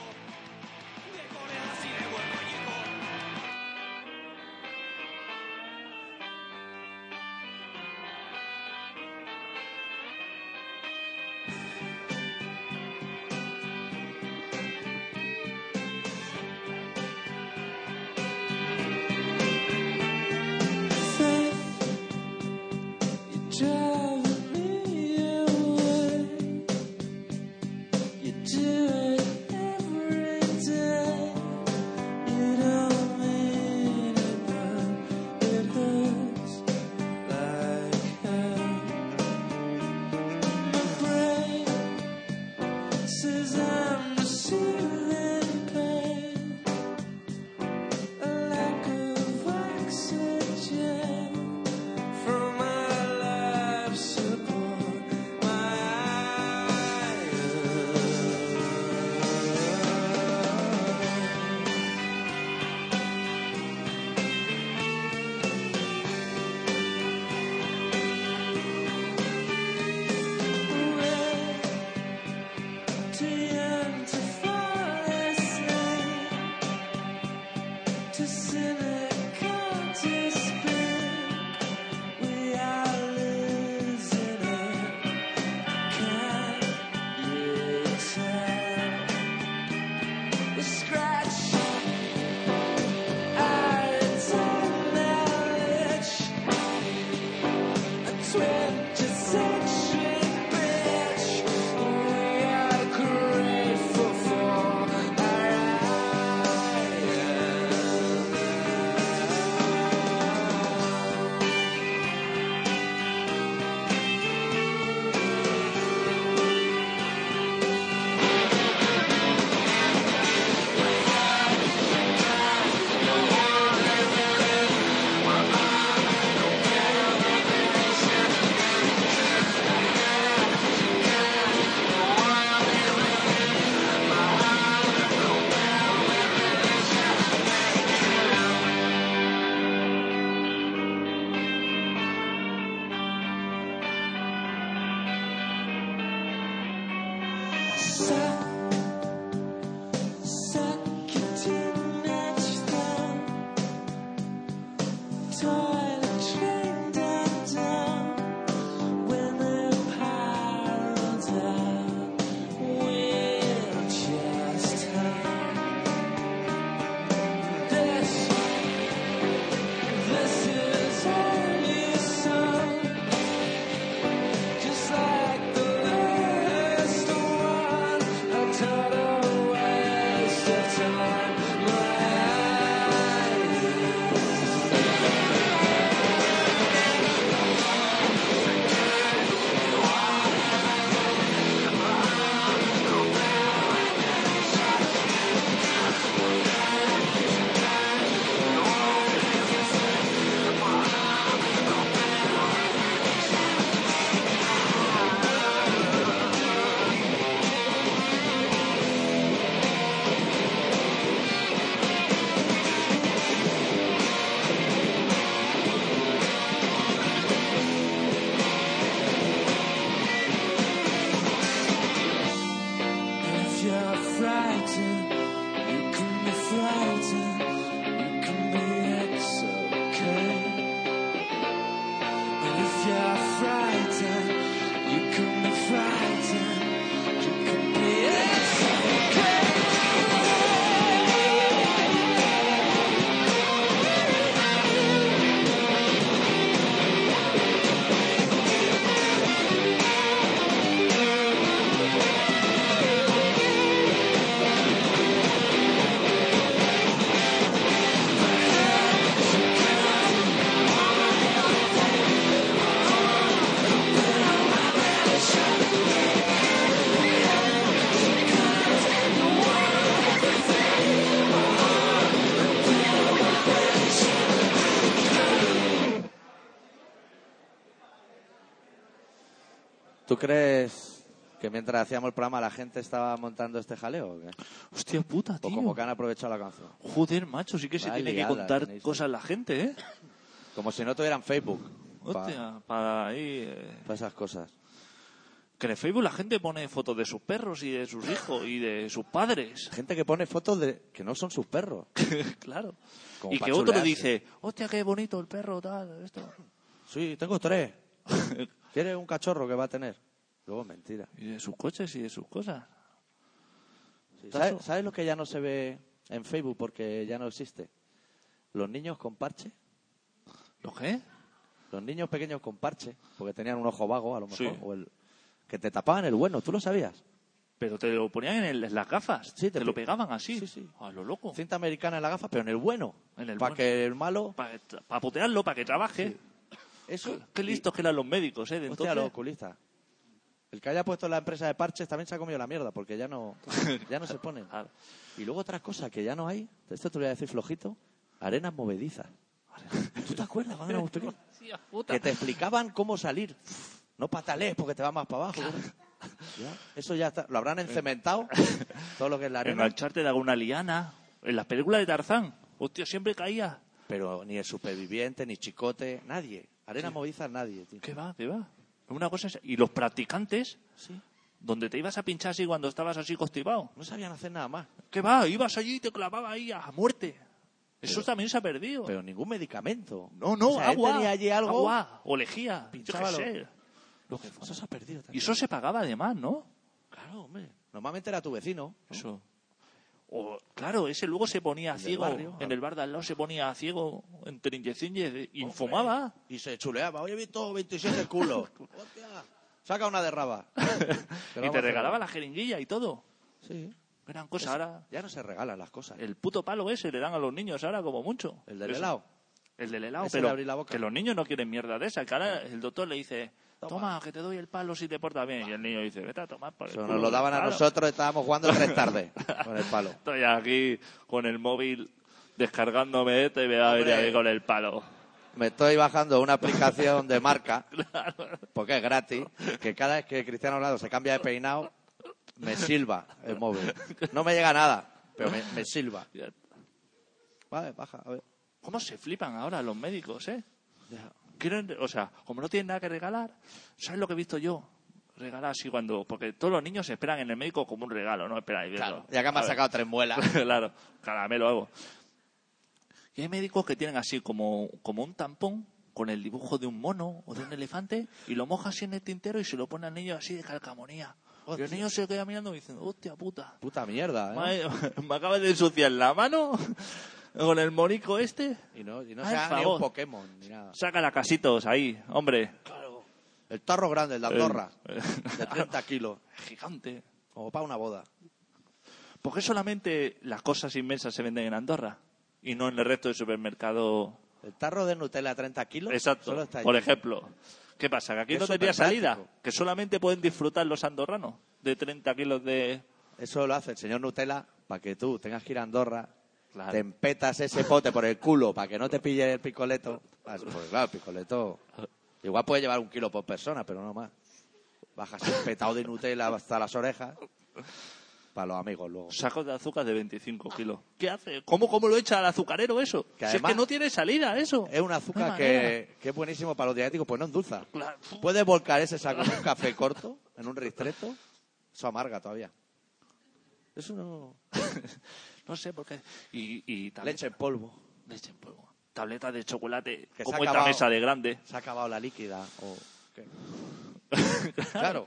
[SPEAKER 3] Says I'm receiving pain a lack of oxygen from my life support, my iron. Too young to fall asleep to cynical despair. We are losing it. Can you tell? The scratch. our tongue knowledge. A twinge of section, bitch. We are grateful for our iron. Toiletries
[SPEAKER 1] ¿Tú crees que mientras hacíamos el programa la gente estaba montando este jaleo? ¿o, qué?
[SPEAKER 2] Hostia puta,
[SPEAKER 1] O
[SPEAKER 2] tío.
[SPEAKER 1] como que han aprovechado la canción.
[SPEAKER 2] Joder, macho, sí que se
[SPEAKER 1] Vaya
[SPEAKER 2] tiene que
[SPEAKER 1] liada
[SPEAKER 2] contar
[SPEAKER 1] tenéis.
[SPEAKER 2] cosas la gente, ¿eh?
[SPEAKER 1] Como si no tuvieran Facebook. pa-
[SPEAKER 2] Hostia, para ahí... eh,
[SPEAKER 1] pa esas cosas.
[SPEAKER 2] Que en el Facebook la gente pone fotos de sus perros y de sus hijos y de sus padres.
[SPEAKER 1] Gente que pone fotos de que no son sus perros.
[SPEAKER 2] claro.
[SPEAKER 1] Como
[SPEAKER 2] y
[SPEAKER 1] pa
[SPEAKER 2] que otro
[SPEAKER 1] chulearse.
[SPEAKER 2] dice, hostia, qué bonito el perro, tal, esto.
[SPEAKER 1] Sí, tengo tres. ¿Quieres un cachorro que va a tener? Luego es mentira.
[SPEAKER 2] y de sus coches y de sus cosas.
[SPEAKER 1] ¿Sabes, sabes lo que ya no se ve en Facebook porque ya no existe? Los niños con parche.
[SPEAKER 2] ¿Lo qué?
[SPEAKER 1] Los niños pequeños con parche. Porque tenían un ojo vago, a lo mejor.
[SPEAKER 2] Sí.
[SPEAKER 1] o el- que te tapaban el bueno. ¿Tú lo sabías?
[SPEAKER 2] Pero te lo ponían en, el- en las gafas.
[SPEAKER 1] Sí,
[SPEAKER 2] te,
[SPEAKER 1] te
[SPEAKER 2] lo
[SPEAKER 1] pe-
[SPEAKER 2] pegaban así.
[SPEAKER 1] Sí, sí.
[SPEAKER 2] A lo loco.
[SPEAKER 1] Cinta americana en la gafa, pero en el bueno.
[SPEAKER 2] En el
[SPEAKER 1] Para
[SPEAKER 2] bueno.
[SPEAKER 1] que el malo...
[SPEAKER 2] Para putearlo, para que trabaje.
[SPEAKER 1] Eso.
[SPEAKER 2] Qué listos que eran los médicos, ¿eh? De
[SPEAKER 1] Hostia, los
[SPEAKER 2] entonces.
[SPEAKER 1] oculistas. El que haya puesto la empresa de parches también se ha comido la mierda porque ya no, ya no se ponen.
[SPEAKER 2] Claro.
[SPEAKER 1] Y luego otra cosa que ya no hay, esto te lo voy a decir flojito, arenas movedizas. ¿Tú te acuerdas cuando éramos pequeños?
[SPEAKER 2] Hostia, puta.
[SPEAKER 1] Que te explicaban cómo salir. No patalees porque te vas más para abajo. Ya, Eso ya está. Lo
[SPEAKER 2] Eh.
[SPEAKER 1] habrán encementado. Todo lo que es la arena.
[SPEAKER 2] Engancharte de alguna liana. En las películas de Tarzán. Hostia, siempre caía.
[SPEAKER 1] Pero ni el superviviente, ni chicote, nadie. Arena movediza, nadie. tío.
[SPEAKER 2] ¿Qué va? ¿Qué va? Una cosa es- Y los practicantes,
[SPEAKER 1] Sí.
[SPEAKER 2] donde te ibas a pinchar así cuando estabas así constipado.
[SPEAKER 1] No sabían hacer nada más.
[SPEAKER 2] ¿Qué va? Ibas allí y te clavaba ahí a muerte. Eso también se ha perdido.
[SPEAKER 1] Pero ningún medicamento.
[SPEAKER 2] No, no,
[SPEAKER 1] O sea, él
[SPEAKER 2] agua.
[SPEAKER 1] tenía allí algo.
[SPEAKER 2] Agua, o lejía.
[SPEAKER 1] Pinchaba
[SPEAKER 2] yo qué
[SPEAKER 1] lo-
[SPEAKER 2] sé. Lo que fuera.
[SPEAKER 1] Eso se ha perdido
[SPEAKER 2] Y
[SPEAKER 1] también.
[SPEAKER 2] eso se pagaba además, ¿no?
[SPEAKER 1] Claro, hombre. Normalmente era tu vecino.
[SPEAKER 2] Eso. O, claro, ese luego se ponía
[SPEAKER 1] del
[SPEAKER 2] ciego.
[SPEAKER 1] barrio,
[SPEAKER 2] en
[SPEAKER 1] al-
[SPEAKER 2] el bar de al lado se ponía ciego entre inyección y, y fumaba.
[SPEAKER 1] Y se chuleaba. Hoy he visto 27 culos. Hostia. Saca una de raba.
[SPEAKER 2] y te regalaba la jeringuilla y todo.
[SPEAKER 1] Sí.
[SPEAKER 2] Gran cosa. Ahora,
[SPEAKER 1] Ya no se regalan las cosas.
[SPEAKER 2] el puto palo ese le dan a los niños ahora como mucho.
[SPEAKER 1] El del
[SPEAKER 2] Eso.
[SPEAKER 1] helado.
[SPEAKER 2] El del helado,
[SPEAKER 1] Ese de
[SPEAKER 2] pero
[SPEAKER 1] abrir la boca.
[SPEAKER 2] que los niños no quieren mierda de esa. Que ahora el doctor le dice, toma,
[SPEAKER 1] Toma.
[SPEAKER 2] que te doy el palo si te portas bien. Y el niño dice, vete a tomar por el
[SPEAKER 1] Eso nos
[SPEAKER 2] culo,
[SPEAKER 1] lo daban a
[SPEAKER 2] claro.
[SPEAKER 1] nosotros, estábamos jugando tres tardes con el palo.
[SPEAKER 2] Estoy aquí con el móvil descargándome esto y me va a venir
[SPEAKER 1] Hombre.
[SPEAKER 2] aquí con el palo.
[SPEAKER 1] Me estoy bajando una aplicación de marca, porque es gratis, que cada vez que Cristiano Ronaldo se cambia de peinado, me silba el móvil. No me llega nada, pero me, me silba. Vale, baja, a ver.
[SPEAKER 2] ¿Cómo se flipan ahora los médicos, eh? Quieren, o sea, como no tienen nada que regalar, ¿sabes lo que he visto yo? Regalar así cuando... Porque todos los niños esperan en el médico como un regalo, ¿no? Esperan y
[SPEAKER 1] Claro,
[SPEAKER 2] verlo.
[SPEAKER 1] ya que me
[SPEAKER 2] A
[SPEAKER 1] ha
[SPEAKER 2] ver.
[SPEAKER 1] sacado tres muelas.
[SPEAKER 2] claro, caramelo hago. Y hay médicos que tienen así como, como un tampón con el dibujo de un mono o de un elefante y lo moja así en el tintero y se lo pone al niño así de calcamonía. Y el
[SPEAKER 1] Hostia.
[SPEAKER 2] niño se queda mirando y diciendo, hostia puta,
[SPEAKER 1] Puta mierda, ¿eh?
[SPEAKER 2] me, me acabas de ensuciar la mano con el monico este.
[SPEAKER 1] Y no, y no
[SPEAKER 2] Ay,
[SPEAKER 1] se haga ni
[SPEAKER 2] favor.
[SPEAKER 1] un Pokémon, ni nada.
[SPEAKER 2] Saca la casitos ahí, hombre.
[SPEAKER 1] El tarro grande, el de Andorra,
[SPEAKER 2] Eh,
[SPEAKER 1] de 30 kilos,
[SPEAKER 2] Gigante.
[SPEAKER 1] como para una boda.
[SPEAKER 2] ¿Por qué solamente las cosas inmensas se venden en Andorra y no en el resto del supermercado
[SPEAKER 1] El tarro de Nutella, 30 kilos,
[SPEAKER 2] Exacto.
[SPEAKER 1] solo está allí.
[SPEAKER 2] Por ejemplo, ¿qué pasa? Que aquí
[SPEAKER 1] Es
[SPEAKER 2] no tenía
[SPEAKER 1] superpráctico.
[SPEAKER 2] salida, que solamente pueden disfrutar los andorranos de 30 kilos de.
[SPEAKER 1] Eso lo hace el señor Nutella para que tú tengas que ir a Andorra,
[SPEAKER 2] Claro.
[SPEAKER 1] te empetas ese pote por el culo para que no te pille el picoleto. Ah, Pues claro, el picoleto. Igual puede llevar un kilo por persona, pero no más. Bajas el petado de Nutella hasta las orejas para los amigos luego.
[SPEAKER 2] Sacos de azúcar de 25 kilos. ¿Qué hace? ¿Cómo, cómo lo echa al azucarero eso?
[SPEAKER 1] Que
[SPEAKER 2] Si
[SPEAKER 1] además-
[SPEAKER 2] es que no tiene salida eso.
[SPEAKER 1] Es un
[SPEAKER 2] No
[SPEAKER 1] azúcar
[SPEAKER 2] hay manera.
[SPEAKER 1] que, que es buenísimo para los diabéticos, pues no endulza.
[SPEAKER 2] Claro.
[SPEAKER 1] Puedes volcar ese saco en un café corto, en un ristreto. Eso amarga todavía. Eso no.
[SPEAKER 2] No sé por qué. Y, y tablet-
[SPEAKER 1] Leche en polvo.
[SPEAKER 2] leche en polvo. Tabletas de chocolate.
[SPEAKER 1] Que se
[SPEAKER 2] como
[SPEAKER 1] ha
[SPEAKER 2] esta
[SPEAKER 1] acabado.
[SPEAKER 2] mesa de grande.
[SPEAKER 1] se ha acabado la líquida o qué. claro.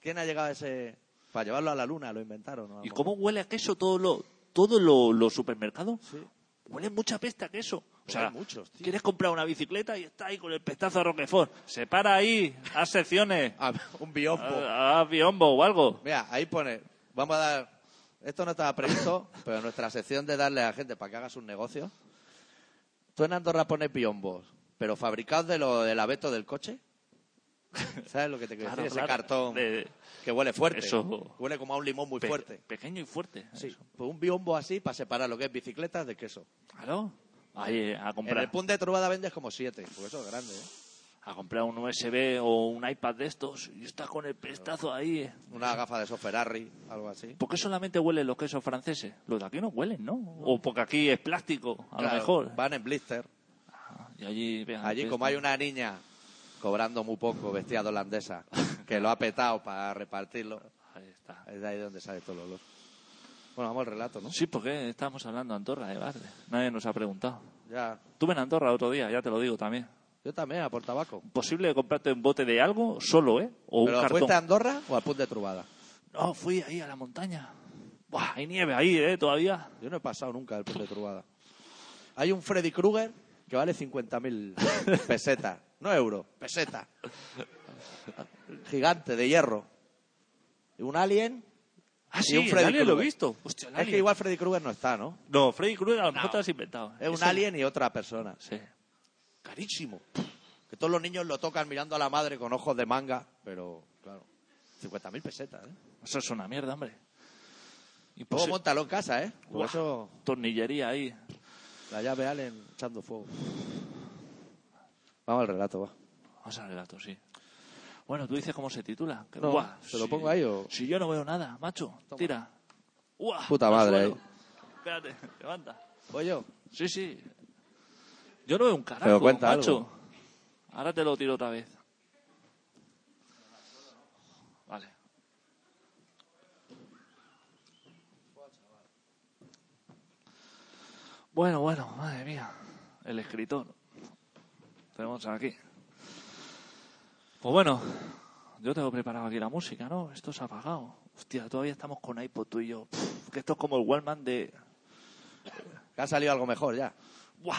[SPEAKER 1] ¿Quién ha llegado a ese para llevarlo a la luna? Lo inventaron. ¿no?
[SPEAKER 2] ¿Y cómo huele a queso todo lo, todo lo, los supermercados?
[SPEAKER 1] Sí.
[SPEAKER 2] Huele mucha peste a queso. O sea,
[SPEAKER 1] Huele muchos, tío.
[SPEAKER 2] quieres comprar una bicicleta y está ahí con el pestazo de Roquefort. Se para ahí, haz secciones,
[SPEAKER 1] Ah, un biombo.
[SPEAKER 2] haz haz biombo o algo.
[SPEAKER 1] Mira, ahí pone. Vamos a dar. Esto no estaba previsto, pero nuestra sección de darle a la gente para que haga sus negocios. Tú en Andorra pones biombos, pero fabricados de lo del abeto del coche. ¿Sabes lo que te quiero
[SPEAKER 2] Claro,
[SPEAKER 1] decir? Ese
[SPEAKER 2] claro.
[SPEAKER 1] cartón
[SPEAKER 2] De-
[SPEAKER 1] que huele fuerte.
[SPEAKER 2] Eso.
[SPEAKER 1] Huele como a un limón muy
[SPEAKER 2] Pe-
[SPEAKER 1] fuerte.
[SPEAKER 2] Pequeño y fuerte.
[SPEAKER 1] Sí,
[SPEAKER 2] eso.
[SPEAKER 1] pues un biombo así para separar lo que es bicicletas de queso.
[SPEAKER 2] Claro. Ahí, a
[SPEAKER 1] En el
[SPEAKER 2] comprar.
[SPEAKER 1] punto de Trubada vendes como siete, porque eso es grande, ¿eh?
[SPEAKER 2] a comprar un USB o un iPad de estos y está con el pestazo ahí. eh.
[SPEAKER 1] Una gafa de esos Ferrari, algo así.
[SPEAKER 2] ¿Por qué solamente huelen los quesos franceses? Los de aquí no huelen, ¿no? O porque aquí es plástico, a
[SPEAKER 1] Claro,
[SPEAKER 2] lo mejor.
[SPEAKER 1] Van en blister.
[SPEAKER 2] Y allí, vean,
[SPEAKER 1] Allí,
[SPEAKER 2] ves-
[SPEAKER 1] como hay una niña cobrando muy poco, vestida de holandesa, que lo ha petado para repartirlo,
[SPEAKER 2] Ahí está.
[SPEAKER 1] es de ahí donde sale todo el olor. Bueno, vamos al relato, ¿no?
[SPEAKER 2] Sí, porque estábamos hablando de Andorra, de Barde. Nadie nos ha preguntado.
[SPEAKER 1] Ya.
[SPEAKER 2] Tuve en Andorra otro día, ya te lo digo también.
[SPEAKER 1] Yo también, a por tabaco.
[SPEAKER 2] Posible comprarte un bote de algo solo, ¿eh? O un
[SPEAKER 1] ¿Pero
[SPEAKER 2] cartón.
[SPEAKER 1] fuiste a Andorra o al Punt de Trubada?
[SPEAKER 2] No, fui ahí a la montaña. Buah, hay nieve ahí, ¿eh? Todavía.
[SPEAKER 1] Yo no he pasado nunca al Punt de Trubada. Hay un Freddy Krueger que vale 50.000 pesetas. No euros, pesetas. Gigante, de hierro. Y un alien.
[SPEAKER 2] Ah,
[SPEAKER 1] y
[SPEAKER 2] sí,
[SPEAKER 1] un
[SPEAKER 2] el
[SPEAKER 1] Freddy
[SPEAKER 2] alien lo he
[SPEAKER 1] Krueger.
[SPEAKER 2] visto. Hostia, el
[SPEAKER 1] Es que
[SPEAKER 2] alien.
[SPEAKER 1] igual Freddy Krueger no está, ¿no?
[SPEAKER 2] No, Freddy Krueger a lo mejor te lo has inventado.
[SPEAKER 1] Es un
[SPEAKER 2] Eso-
[SPEAKER 1] alien y otra persona.
[SPEAKER 2] Sí.
[SPEAKER 1] Carísimo. Que todos los niños lo tocan mirando a la madre con ojos de manga, pero claro. 50.000 pesetas, ¿eh?
[SPEAKER 2] Eso es una mierda, hombre. Y
[SPEAKER 1] Luego
[SPEAKER 2] posi-
[SPEAKER 1] montalo en casa, ¿eh? Por
[SPEAKER 2] Guau.
[SPEAKER 1] eso
[SPEAKER 2] tornillería ahí.
[SPEAKER 1] la llave Allen echando fuego. Vamos al relato, va.
[SPEAKER 2] Vamos al relato, sí. Bueno, tú dices cómo se titula. Que-
[SPEAKER 1] No,
[SPEAKER 2] Buah,
[SPEAKER 1] ¿te lo pongo ahí o-
[SPEAKER 2] Si yo no veo nada, macho, tira. Buah,
[SPEAKER 1] Puta
[SPEAKER 2] al
[SPEAKER 1] madre,
[SPEAKER 2] suelo.
[SPEAKER 1] eh.
[SPEAKER 2] Espérate, levanta.
[SPEAKER 1] Voy yo.
[SPEAKER 2] Sí, sí. Yo no veo un carajo,
[SPEAKER 1] Pero cuenta
[SPEAKER 2] macho.
[SPEAKER 1] algo.
[SPEAKER 2] Ahora te lo tiro otra vez. Vale. Bueno, bueno, madre mía. El escritor. Tenemos aquí. Pues bueno, yo tengo preparado aquí la música, ¿no? Esto se ha apagado. Hostia, todavía estamos con iPod tú y yo. Pff, que esto es como el Wallman de,
[SPEAKER 1] Que ha salido algo mejor ya.
[SPEAKER 2] ¡Buah!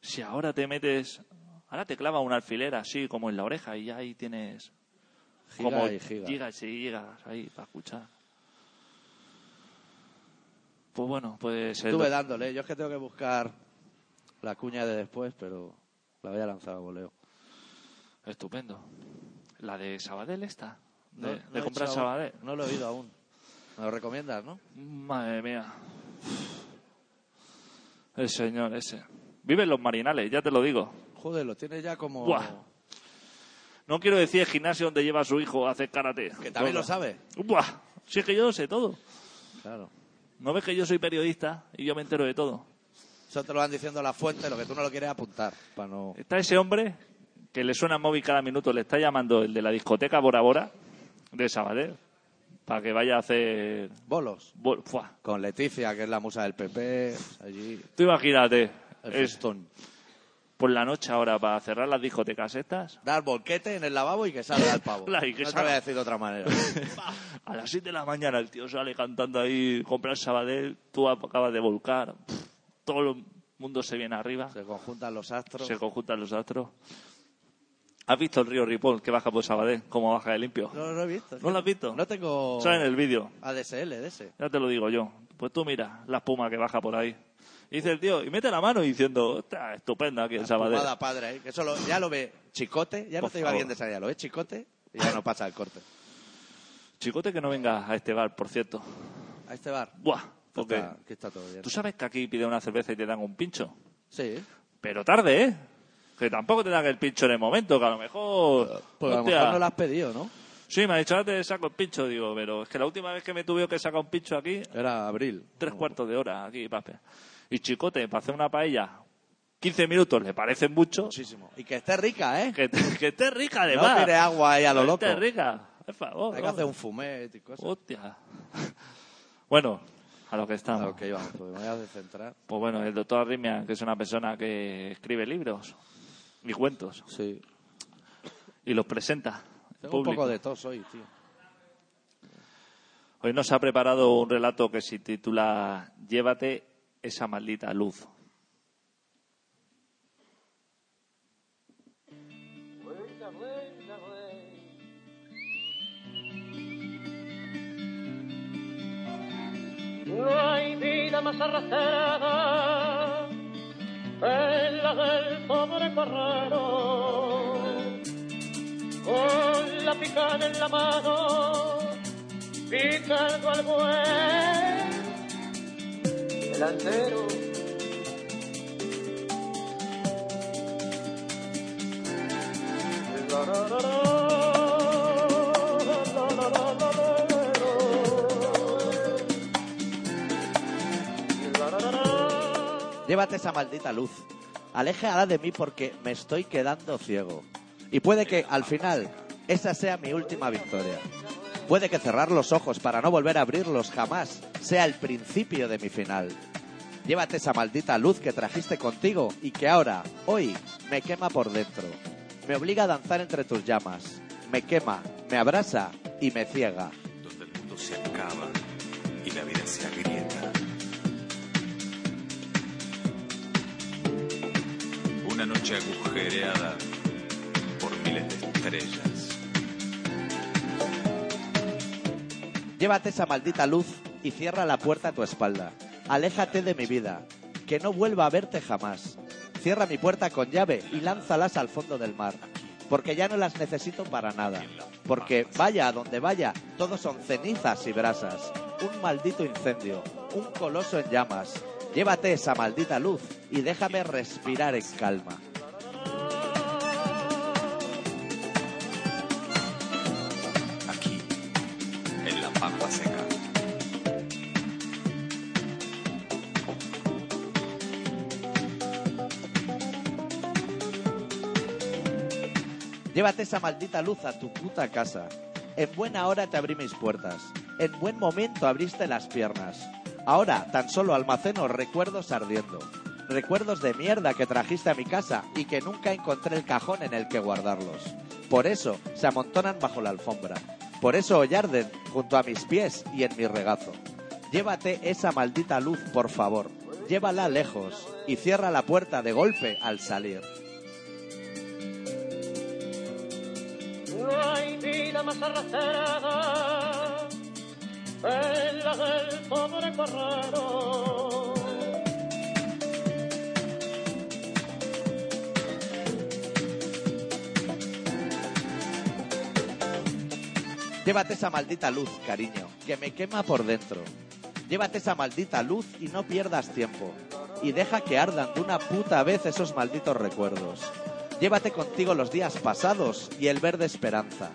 [SPEAKER 2] Si ahora te metes. Ahora te clava un alfiler así, como en la oreja, y ya ahí tienes.
[SPEAKER 1] Giga
[SPEAKER 2] como
[SPEAKER 1] y giga.
[SPEAKER 2] gigas y gigas ahí para escuchar. Pues bueno, pues. el-
[SPEAKER 1] Estuve dándole. ¿eh? Yo es que tengo que buscar la cuña de después, pero la voy a lanzar a voleo.
[SPEAKER 2] Estupendo. La de Sabadell, esta.
[SPEAKER 1] No-
[SPEAKER 2] De,
[SPEAKER 1] no
[SPEAKER 2] de
[SPEAKER 1] he
[SPEAKER 2] comprar
[SPEAKER 1] hecho-
[SPEAKER 2] Sabadell.
[SPEAKER 1] No lo he oído aún. Me lo recomiendas, ¿no?
[SPEAKER 2] Madre mía. El señor ese. Vive en los marinales, ya te lo digo.
[SPEAKER 1] Joder, lo tienes ya como...
[SPEAKER 2] Buah. No quiero decir el gimnasio donde lleva a su hijo a hacer karate.
[SPEAKER 1] Que también lo
[SPEAKER 2] Bueno.
[SPEAKER 1] sabe.
[SPEAKER 2] Buah, si es que yo lo sé todo.
[SPEAKER 1] Claro.
[SPEAKER 2] ¿No ves que yo soy periodista y yo me entero de todo?
[SPEAKER 1] Eso te lo van diciendo las fuentes, lo que tú no lo quieres apuntar. Para no...
[SPEAKER 2] Está ese hombre que le suena móvil cada minuto, le está llamando el de la discoteca Bora Bora de Sabadell para que vaya a hacer...
[SPEAKER 1] Bolos.
[SPEAKER 2] bol- ¡Fua!
[SPEAKER 1] Con Leticia, que es la musa del PP. Allí.
[SPEAKER 2] Tú imagínate,
[SPEAKER 1] El
[SPEAKER 2] es
[SPEAKER 1] festón.
[SPEAKER 2] por la noche ahora para cerrar las discotecas estas,
[SPEAKER 1] Dar volquete en el lavabo y que salga el pavo.
[SPEAKER 2] Claro, y que
[SPEAKER 1] no te
[SPEAKER 2] salga.
[SPEAKER 1] voy a decir de otra manera.
[SPEAKER 2] a las 6 de la mañana el tío sale cantando ahí, comprar Sabadell, tú acabas de volcar, Pff, todo el mundo se viene arriba.
[SPEAKER 1] Se conjuntan los astros.
[SPEAKER 2] Se conjuntan los astros. ¿Has visto el río Ripoll que baja por Sabadell? ¿Cómo baja de limpio?
[SPEAKER 1] No, no lo he visto.
[SPEAKER 2] ¿No lo has visto?
[SPEAKER 1] No tengo
[SPEAKER 2] Sale en el vídeo,
[SPEAKER 1] ADSL de ese.
[SPEAKER 2] ya te lo digo yo. Pues tú mira la espuma que baja por ahí. Y dice el tío, y mete la mano diciendo, está estupenda aquí en Sabadell.
[SPEAKER 1] Fumada padre, ¿eh? que eso lo- ya lo ve Chicote. Ya no
[SPEAKER 2] Por
[SPEAKER 1] te iba
[SPEAKER 2] favor.
[SPEAKER 1] bien de salida. Lo ve Chicote y ya no pasa el corte.
[SPEAKER 2] Chicote que no vengas a este bar, por cierto.
[SPEAKER 1] A este bar.
[SPEAKER 2] Buah, porque
[SPEAKER 1] Está- Aquí está todo bien.
[SPEAKER 2] tú sabes que aquí pide una cerveza y te dan un pincho.
[SPEAKER 1] Sí.
[SPEAKER 2] Pero tarde, ¿eh? Que tampoco te dan el pincho en el momento, que a lo mejor...
[SPEAKER 1] Pues a lo
[SPEAKER 2] Hostia.
[SPEAKER 1] mejor no lo has pedido, ¿no?
[SPEAKER 2] Sí, me ha dicho, ahora te saco el pincho. Digo, pero es que la última vez que me tuve que sacar un pincho aquí,
[SPEAKER 1] Era abril.
[SPEAKER 2] tres cuartos de hora aquí, pape. Y chicote, para hacer una paella, 15 minutos le parecen mucho.
[SPEAKER 1] Muchísimo. Y que esté rica, ¿eh?
[SPEAKER 2] Que, te- que esté rica,
[SPEAKER 1] no
[SPEAKER 2] además.
[SPEAKER 1] tires agua ahí a lo loco.
[SPEAKER 2] Que esté rica, por favor.
[SPEAKER 1] Hay que
[SPEAKER 2] hombre.
[SPEAKER 1] hacer un fumet y cosas.
[SPEAKER 2] Hostia. Bueno, a lo que estamos.
[SPEAKER 1] A lo que íbamos, porque me voy a descentrar.
[SPEAKER 2] Pues bueno, el doctor Arrimia, que es una persona que escribe libros y cuentos,
[SPEAKER 1] Sí.
[SPEAKER 2] y los presenta. al
[SPEAKER 1] Tengo un
[SPEAKER 2] público.
[SPEAKER 1] poco de tos hoy, tío.
[SPEAKER 2] Hoy nos ha preparado un relato que se titula Llévate esa maldita luz.
[SPEAKER 4] No hay vida más arrastrada en la del pobre carrero. Con la picada en la mano, picando al buey delantero.
[SPEAKER 1] Llévate esa maldita luz. Aléjala de mí porque me estoy quedando ciego. Y puede que al final esa sea mi última victoria. Puede que cerrar los ojos para no volver a abrirlos jamás sea el principio de mi final. Llévate esa maldita luz que trajiste contigo y que ahora, hoy, me quema por dentro. Me obliga a danzar entre tus llamas. Me quema, me abrasa y me ciega.
[SPEAKER 5] donde el mundo se acaba y la vida se agrieta. Una noche agujereada por miles de estrellas.
[SPEAKER 1] Llévate esa maldita luz y cierra la puerta a tu espalda. Aléjate de mi vida, que no vuelva a verte jamás. Cierra mi puerta con llave y lánzalas al fondo del mar, porque ya no las necesito para nada. Porque vaya a donde vaya, todos son cenizas y brasas. Un maldito incendio, un coloso en llamas. Llévate esa maldita luz y déjame respirar en calma.
[SPEAKER 5] aquí, en la pampa seca.
[SPEAKER 1] Llévate esa maldita luz a tu puta casa. En buena hora te abrí mis puertas. En buen momento abriste las piernas. Ahora tan solo almaceno recuerdos ardiendo. Recuerdos de mierda que trajiste a mi casa y que nunca encontré el cajón en el que guardarlos. Por eso se amontonan bajo la alfombra. Por eso hoy arden junto a mis pies y en mi regazo. Llévate esa maldita luz, por favor. Llévala lejos y cierra la puerta de golpe al salir.
[SPEAKER 4] No hay vida más arrastrada en la del pobre correro.
[SPEAKER 1] Llévate esa maldita luz, cariño, que me quema por dentro. Llévate esa maldita luz y no pierdas tiempo. Y deja que ardan de una puta vez esos malditos recuerdos. Llévate contigo los días pasados y el verde esperanza.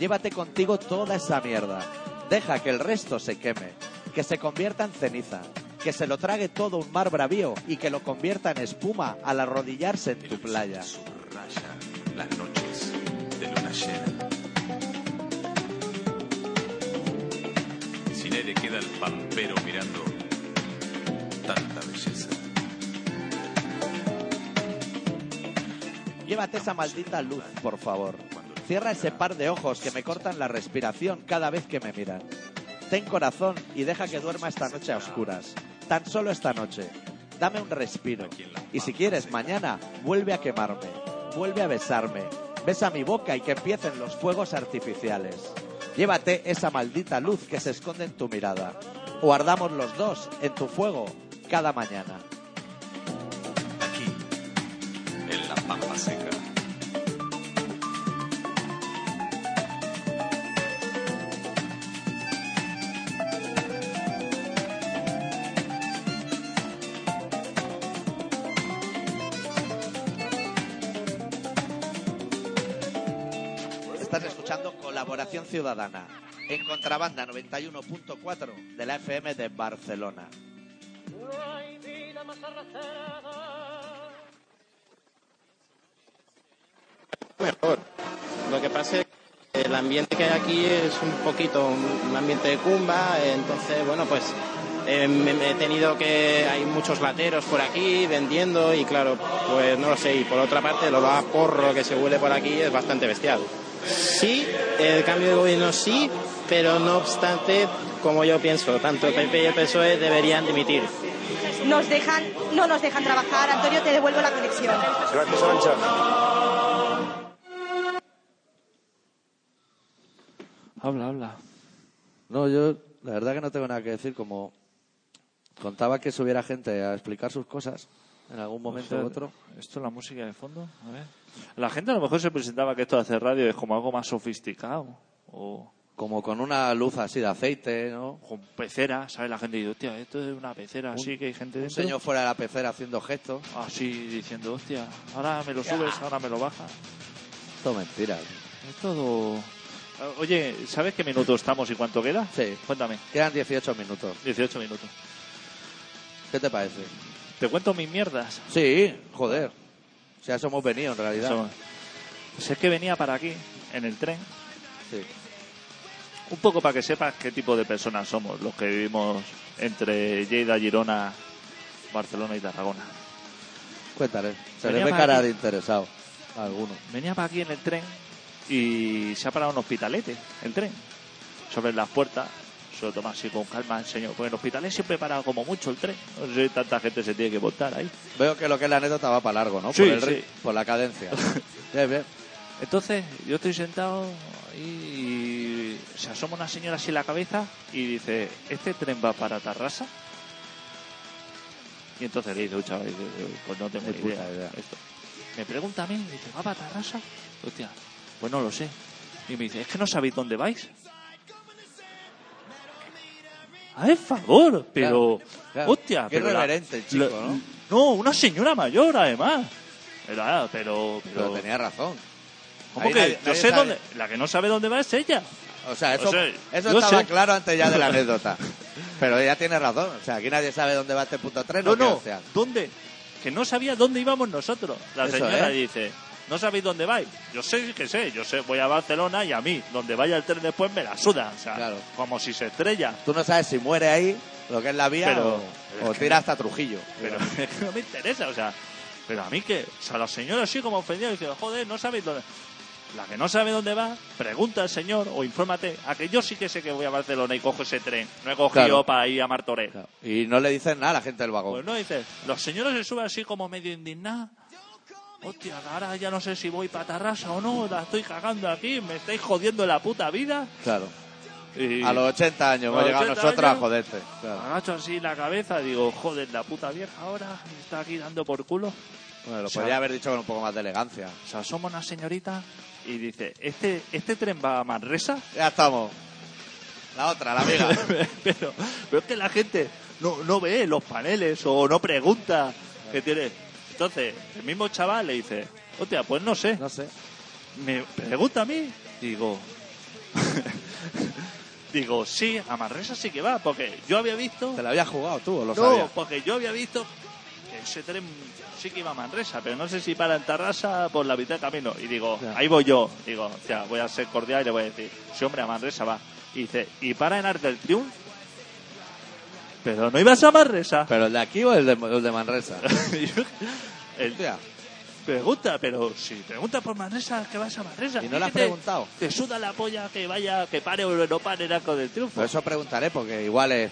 [SPEAKER 1] Llévate contigo toda esa mierda. Deja que el resto se queme, que se convierta en ceniza, que se lo trague todo un mar bravío y que lo convierta en espuma al arrodillarse en tu playa.
[SPEAKER 5] Subraya las noches de luna llena. Sin aire queda el pampero mirando tanta belleza.
[SPEAKER 1] Llévate esa maldita luz, por favor. Cierra ese par de ojos que me cortan la respiración cada vez que me miran. Ten corazón y deja que duerma esta noche a oscuras. Tan solo esta noche. Dame un respiro. Y si quieres, mañana vuelve a quemarme. Vuelve a besarme. Besa mi boca y que empiecen los fuegos artificiales. Llévate esa maldita luz que se esconde en tu mirada. O ardamos los dos en tu fuego cada mañana.
[SPEAKER 5] Aquí, en la pampa seca.
[SPEAKER 1] Estás escuchando Colaboración Ciudadana en Contrabanda 91.4 de la FM de Barcelona.
[SPEAKER 4] No hay vida más arrastrada.
[SPEAKER 6] mejor. Lo que pasa es que el ambiente que hay aquí es un poquito un un ambiente de cumba, eh, entonces, bueno, pues eh, me- me he tenido que. Hay muchos lateros por aquí vendiendo y, claro, pues no lo sé. Y por otra parte, lo va porro que se huele por aquí es bastante bestial. Sí, el cambio de gobierno sí, pero no obstante, como yo pienso, tanto el PP y el PSOE E deberían dimitir.
[SPEAKER 7] Nos dejan, no nos dejan trabajar. Antonio, te devuelvo la conexión.
[SPEAKER 8] Gracias, Arancha.
[SPEAKER 2] Habla, habla.
[SPEAKER 1] No, yo la verdad que no tengo nada que decir. Como contaba que subiera gente a explicar sus cosas en algún momento u otro.
[SPEAKER 2] ¿Esto es la música de fondo? A ver. La gente a lo mejor se presentaba que esto de hacer radio es como algo más sofisticado. O
[SPEAKER 1] Como con una luz así de aceite, ¿no?
[SPEAKER 2] con pecera, ¿sabes? La gente dice, hostia, esto es una pecera, así que hay gente
[SPEAKER 1] Un
[SPEAKER 2] dentro.
[SPEAKER 1] señor fuera de la pecera haciendo gestos.
[SPEAKER 2] Así diciendo, hostia, ahora me lo subes, ahora me lo bajas.
[SPEAKER 1] Esto es mentira.
[SPEAKER 2] Es todo. Oye, ¿sabes qué minuto estamos y cuánto queda?
[SPEAKER 1] Sí.
[SPEAKER 2] Cuéntame.
[SPEAKER 1] Quedan 18 minutos.
[SPEAKER 2] 18 minutos.
[SPEAKER 1] ¿Qué te parece?
[SPEAKER 2] Te cuento mis mierdas.
[SPEAKER 1] Sí, joder. O sea, eso hemos venido en realidad.
[SPEAKER 2] Eso. Pues es que venía para aquí, en el tren,
[SPEAKER 1] Sí.
[SPEAKER 2] un poco para que sepas qué tipo de personas somos, los que vivimos entre Lleida, Girona, Barcelona y Tarragona.
[SPEAKER 1] Cuéntale. Se le
[SPEAKER 2] Venía
[SPEAKER 1] ve
[SPEAKER 2] para
[SPEAKER 1] cara
[SPEAKER 2] aquí.
[SPEAKER 1] de interesado a alguno.
[SPEAKER 2] Venía para aquí en el tren y se ha parado un hospitalete, el tren. Sobre las puertas, se lo toma así con calma el señor. Pues en hospitales siempre para como mucho el tren. No sé si tanta gente se tiene que montar ahí.
[SPEAKER 1] Veo que lo que es la anécdota va para largo, ¿no?
[SPEAKER 2] Sí,
[SPEAKER 1] por, el
[SPEAKER 2] sí.
[SPEAKER 1] ri- por la cadencia. bien, bien.
[SPEAKER 2] Entonces, yo estoy sentado y se asoma una señora así la cabeza y dice, ¿este tren va para Tarrasa? Y entonces le dice un chaval, dice, pues no tengo
[SPEAKER 1] Ni
[SPEAKER 2] ni
[SPEAKER 1] puta
[SPEAKER 2] idea.
[SPEAKER 1] idea.
[SPEAKER 2] Esto. Me pregunta a mí, dice, ¿va para Tarrasa? Hostia, pues no lo sé. Y me dice, ¿es que no sabéis dónde vais? ¡Ay, "Ah, favor! Pero,
[SPEAKER 1] claro.
[SPEAKER 2] hostia...
[SPEAKER 1] Qué
[SPEAKER 2] pero la-
[SPEAKER 1] irreverente el chico, ¿no?
[SPEAKER 2] No, una señora mayor, además. Era, pero...
[SPEAKER 1] Pero tenía razón.
[SPEAKER 2] ¿Cómo
[SPEAKER 1] Ahí
[SPEAKER 2] que?
[SPEAKER 1] nadie-
[SPEAKER 2] yo
[SPEAKER 1] nadie
[SPEAKER 2] sé
[SPEAKER 1] sabe.
[SPEAKER 2] dónde. La que no sabe dónde va es ella.
[SPEAKER 1] O sea, eso,
[SPEAKER 2] O sea,
[SPEAKER 1] eso
[SPEAKER 2] yo
[SPEAKER 1] estaba
[SPEAKER 2] sé.
[SPEAKER 1] claro antes ya de la anécdota. Pero ella tiene razón. O sea, aquí nadie sabe dónde va este puto tren.
[SPEAKER 2] No,
[SPEAKER 1] o qué,
[SPEAKER 2] no.
[SPEAKER 1] o sea.
[SPEAKER 2] ¿Dónde? Que no sabía dónde íbamos nosotros. La
[SPEAKER 1] Eso ¿eh?
[SPEAKER 2] señora
[SPEAKER 1] es.
[SPEAKER 2] dice, no sabéis dónde vais. Yo sé que sé. Yo sé, voy a Barcelona y a mí, donde vaya el tren después me la suda. O sea,
[SPEAKER 1] Claro.
[SPEAKER 2] como si se estrella.
[SPEAKER 1] Tú no sabes si muere ahí, lo que es la vía,
[SPEAKER 2] Pero-
[SPEAKER 1] o-
[SPEAKER 2] pero
[SPEAKER 1] o,
[SPEAKER 2] es que-
[SPEAKER 1] tira hasta Trujillo.
[SPEAKER 2] Pero es que no me interesa, o sea. Pero a mí que. O sea, la señora sí como ofendida dice, joder, no sabéis dónde. La que no sabe dónde va, pregunta al señor o infórmate. A que yo sí que sé que voy a Barcelona y cojo ese tren. No he cogido
[SPEAKER 1] Claro.
[SPEAKER 2] para ir a Martorell.
[SPEAKER 1] Claro. Y no le dicen nada a la gente del vagón.
[SPEAKER 2] Pues no dices, los señores se suben así como medio indignados. Hostia, ahora ya no sé si voy para Tarrasa o no, la estoy cagando aquí, me estáis jodiendo la puta vida.
[SPEAKER 1] Claro.
[SPEAKER 2] Y
[SPEAKER 1] A los 80 años hemos
[SPEAKER 2] los
[SPEAKER 1] llegado
[SPEAKER 2] 80
[SPEAKER 1] nosotros a
[SPEAKER 2] años. Ah.
[SPEAKER 1] joderte. Claro.
[SPEAKER 2] agacho así la cabeza, digo, joder, la puta vieja ahora me está aquí dando por culo.
[SPEAKER 1] Bueno, lo
[SPEAKER 2] O sea-
[SPEAKER 1] podría haber dicho con un poco más de elegancia.
[SPEAKER 2] Se asoma una señorita y dice, ¿este, este tren va a Manresa?
[SPEAKER 1] Ya estamos. La otra, la amiga.
[SPEAKER 2] pero, pero es que la gente no, no ve los paneles o no pregunta que tiene. Entonces, el mismo chaval le dice, hostia, pues no sé.
[SPEAKER 1] no sé.
[SPEAKER 2] me pregunta a mí, digo, digo, sí, a Manresa sí que va, porque yo había visto,
[SPEAKER 1] ¿Te la habías jugado tú o lo
[SPEAKER 2] no,
[SPEAKER 1] sabías?
[SPEAKER 2] porque yo había visto que ese tren sí que iba a Manresa, pero no sé si para en Tarrasa por la mitad del camino. Y digo,
[SPEAKER 1] Ya.
[SPEAKER 2] ahí voy yo, digo, o sea, voy a ser cordial y le voy a decir, sí, hombre, a Manresa va. Y dice, ¿y para en Arte del Triunfo? Pero no ibas a Manresa.
[SPEAKER 1] ¿Pero el de aquí o el de, el de Manresa?
[SPEAKER 2] Y yo- el-
[SPEAKER 1] Hostia,
[SPEAKER 2] Pregunta, pero si pregunta por Manresa, que vas a Manresa.
[SPEAKER 1] ¿Y no le
[SPEAKER 2] la
[SPEAKER 1] has preguntado?
[SPEAKER 2] Te suda la polla que vaya, que pare o no pare el arco del triunfo.
[SPEAKER 1] pues eso preguntaré porque igual es...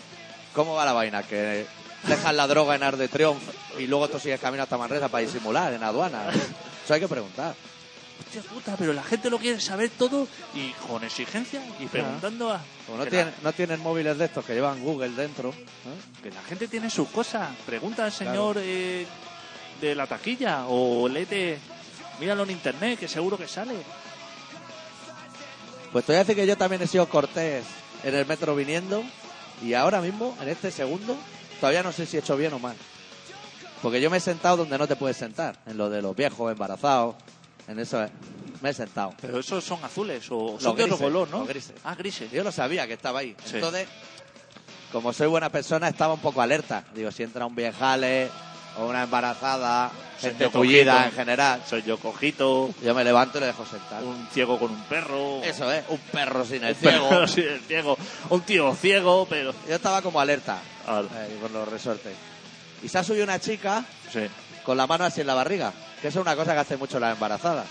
[SPEAKER 1] ¿Cómo va la vaina? Que dejas la droga en Arc de Triunfo y luego tú sigues camino hasta Manresa para disimular en aduana. Eso hay que preguntar.
[SPEAKER 2] Hostia puta, pero la gente lo quiere saber todo y con exigencia y preguntando a.
[SPEAKER 1] Como no,
[SPEAKER 2] que,
[SPEAKER 1] tienen, no tienen móviles de estos que llevan Google dentro. ¿eh?
[SPEAKER 2] la, que la gente tiene sus cosas. Pregunta al señor eh, de la taquilla o lete. Míralo en internet, que seguro que sale.
[SPEAKER 1] Pues te voy a decir que yo también he sido cortés en el metro viniendo y ahora mismo, en este segundo, todavía no sé si he hecho bien o mal. Porque yo me he sentado donde no te puedes sentar, en lo de los viejos, embarazados, en eso eh, me he sentado.
[SPEAKER 2] Pero esos son azules o son de otro
[SPEAKER 1] grises,
[SPEAKER 2] color, ¿no?
[SPEAKER 1] los grises.
[SPEAKER 2] Ah, grises.
[SPEAKER 1] Yo lo sabía que estaba ahí.
[SPEAKER 2] Sí.
[SPEAKER 1] Entonces, como soy buena persona, estaba un poco alerta. Digo, si entra un viejale o una embarazada,
[SPEAKER 2] Soy
[SPEAKER 1] gente
[SPEAKER 2] yo
[SPEAKER 1] tullida
[SPEAKER 2] cogido.
[SPEAKER 1] en general,
[SPEAKER 2] Soy yo cojito,
[SPEAKER 1] yo me levanto y le dejo sentar.
[SPEAKER 2] un ciego con un perro.
[SPEAKER 1] Eso es, un perro sin el ciego.
[SPEAKER 2] Pero sí, el ciego. Un tío ciego, pero.
[SPEAKER 1] Yo estaba como alerta
[SPEAKER 2] Al-
[SPEAKER 1] eh, con los resortes. Y se ha subido una chica
[SPEAKER 2] sí.
[SPEAKER 1] con la mano así en la barriga, que eso es una cosa que hace mucho las embarazadas.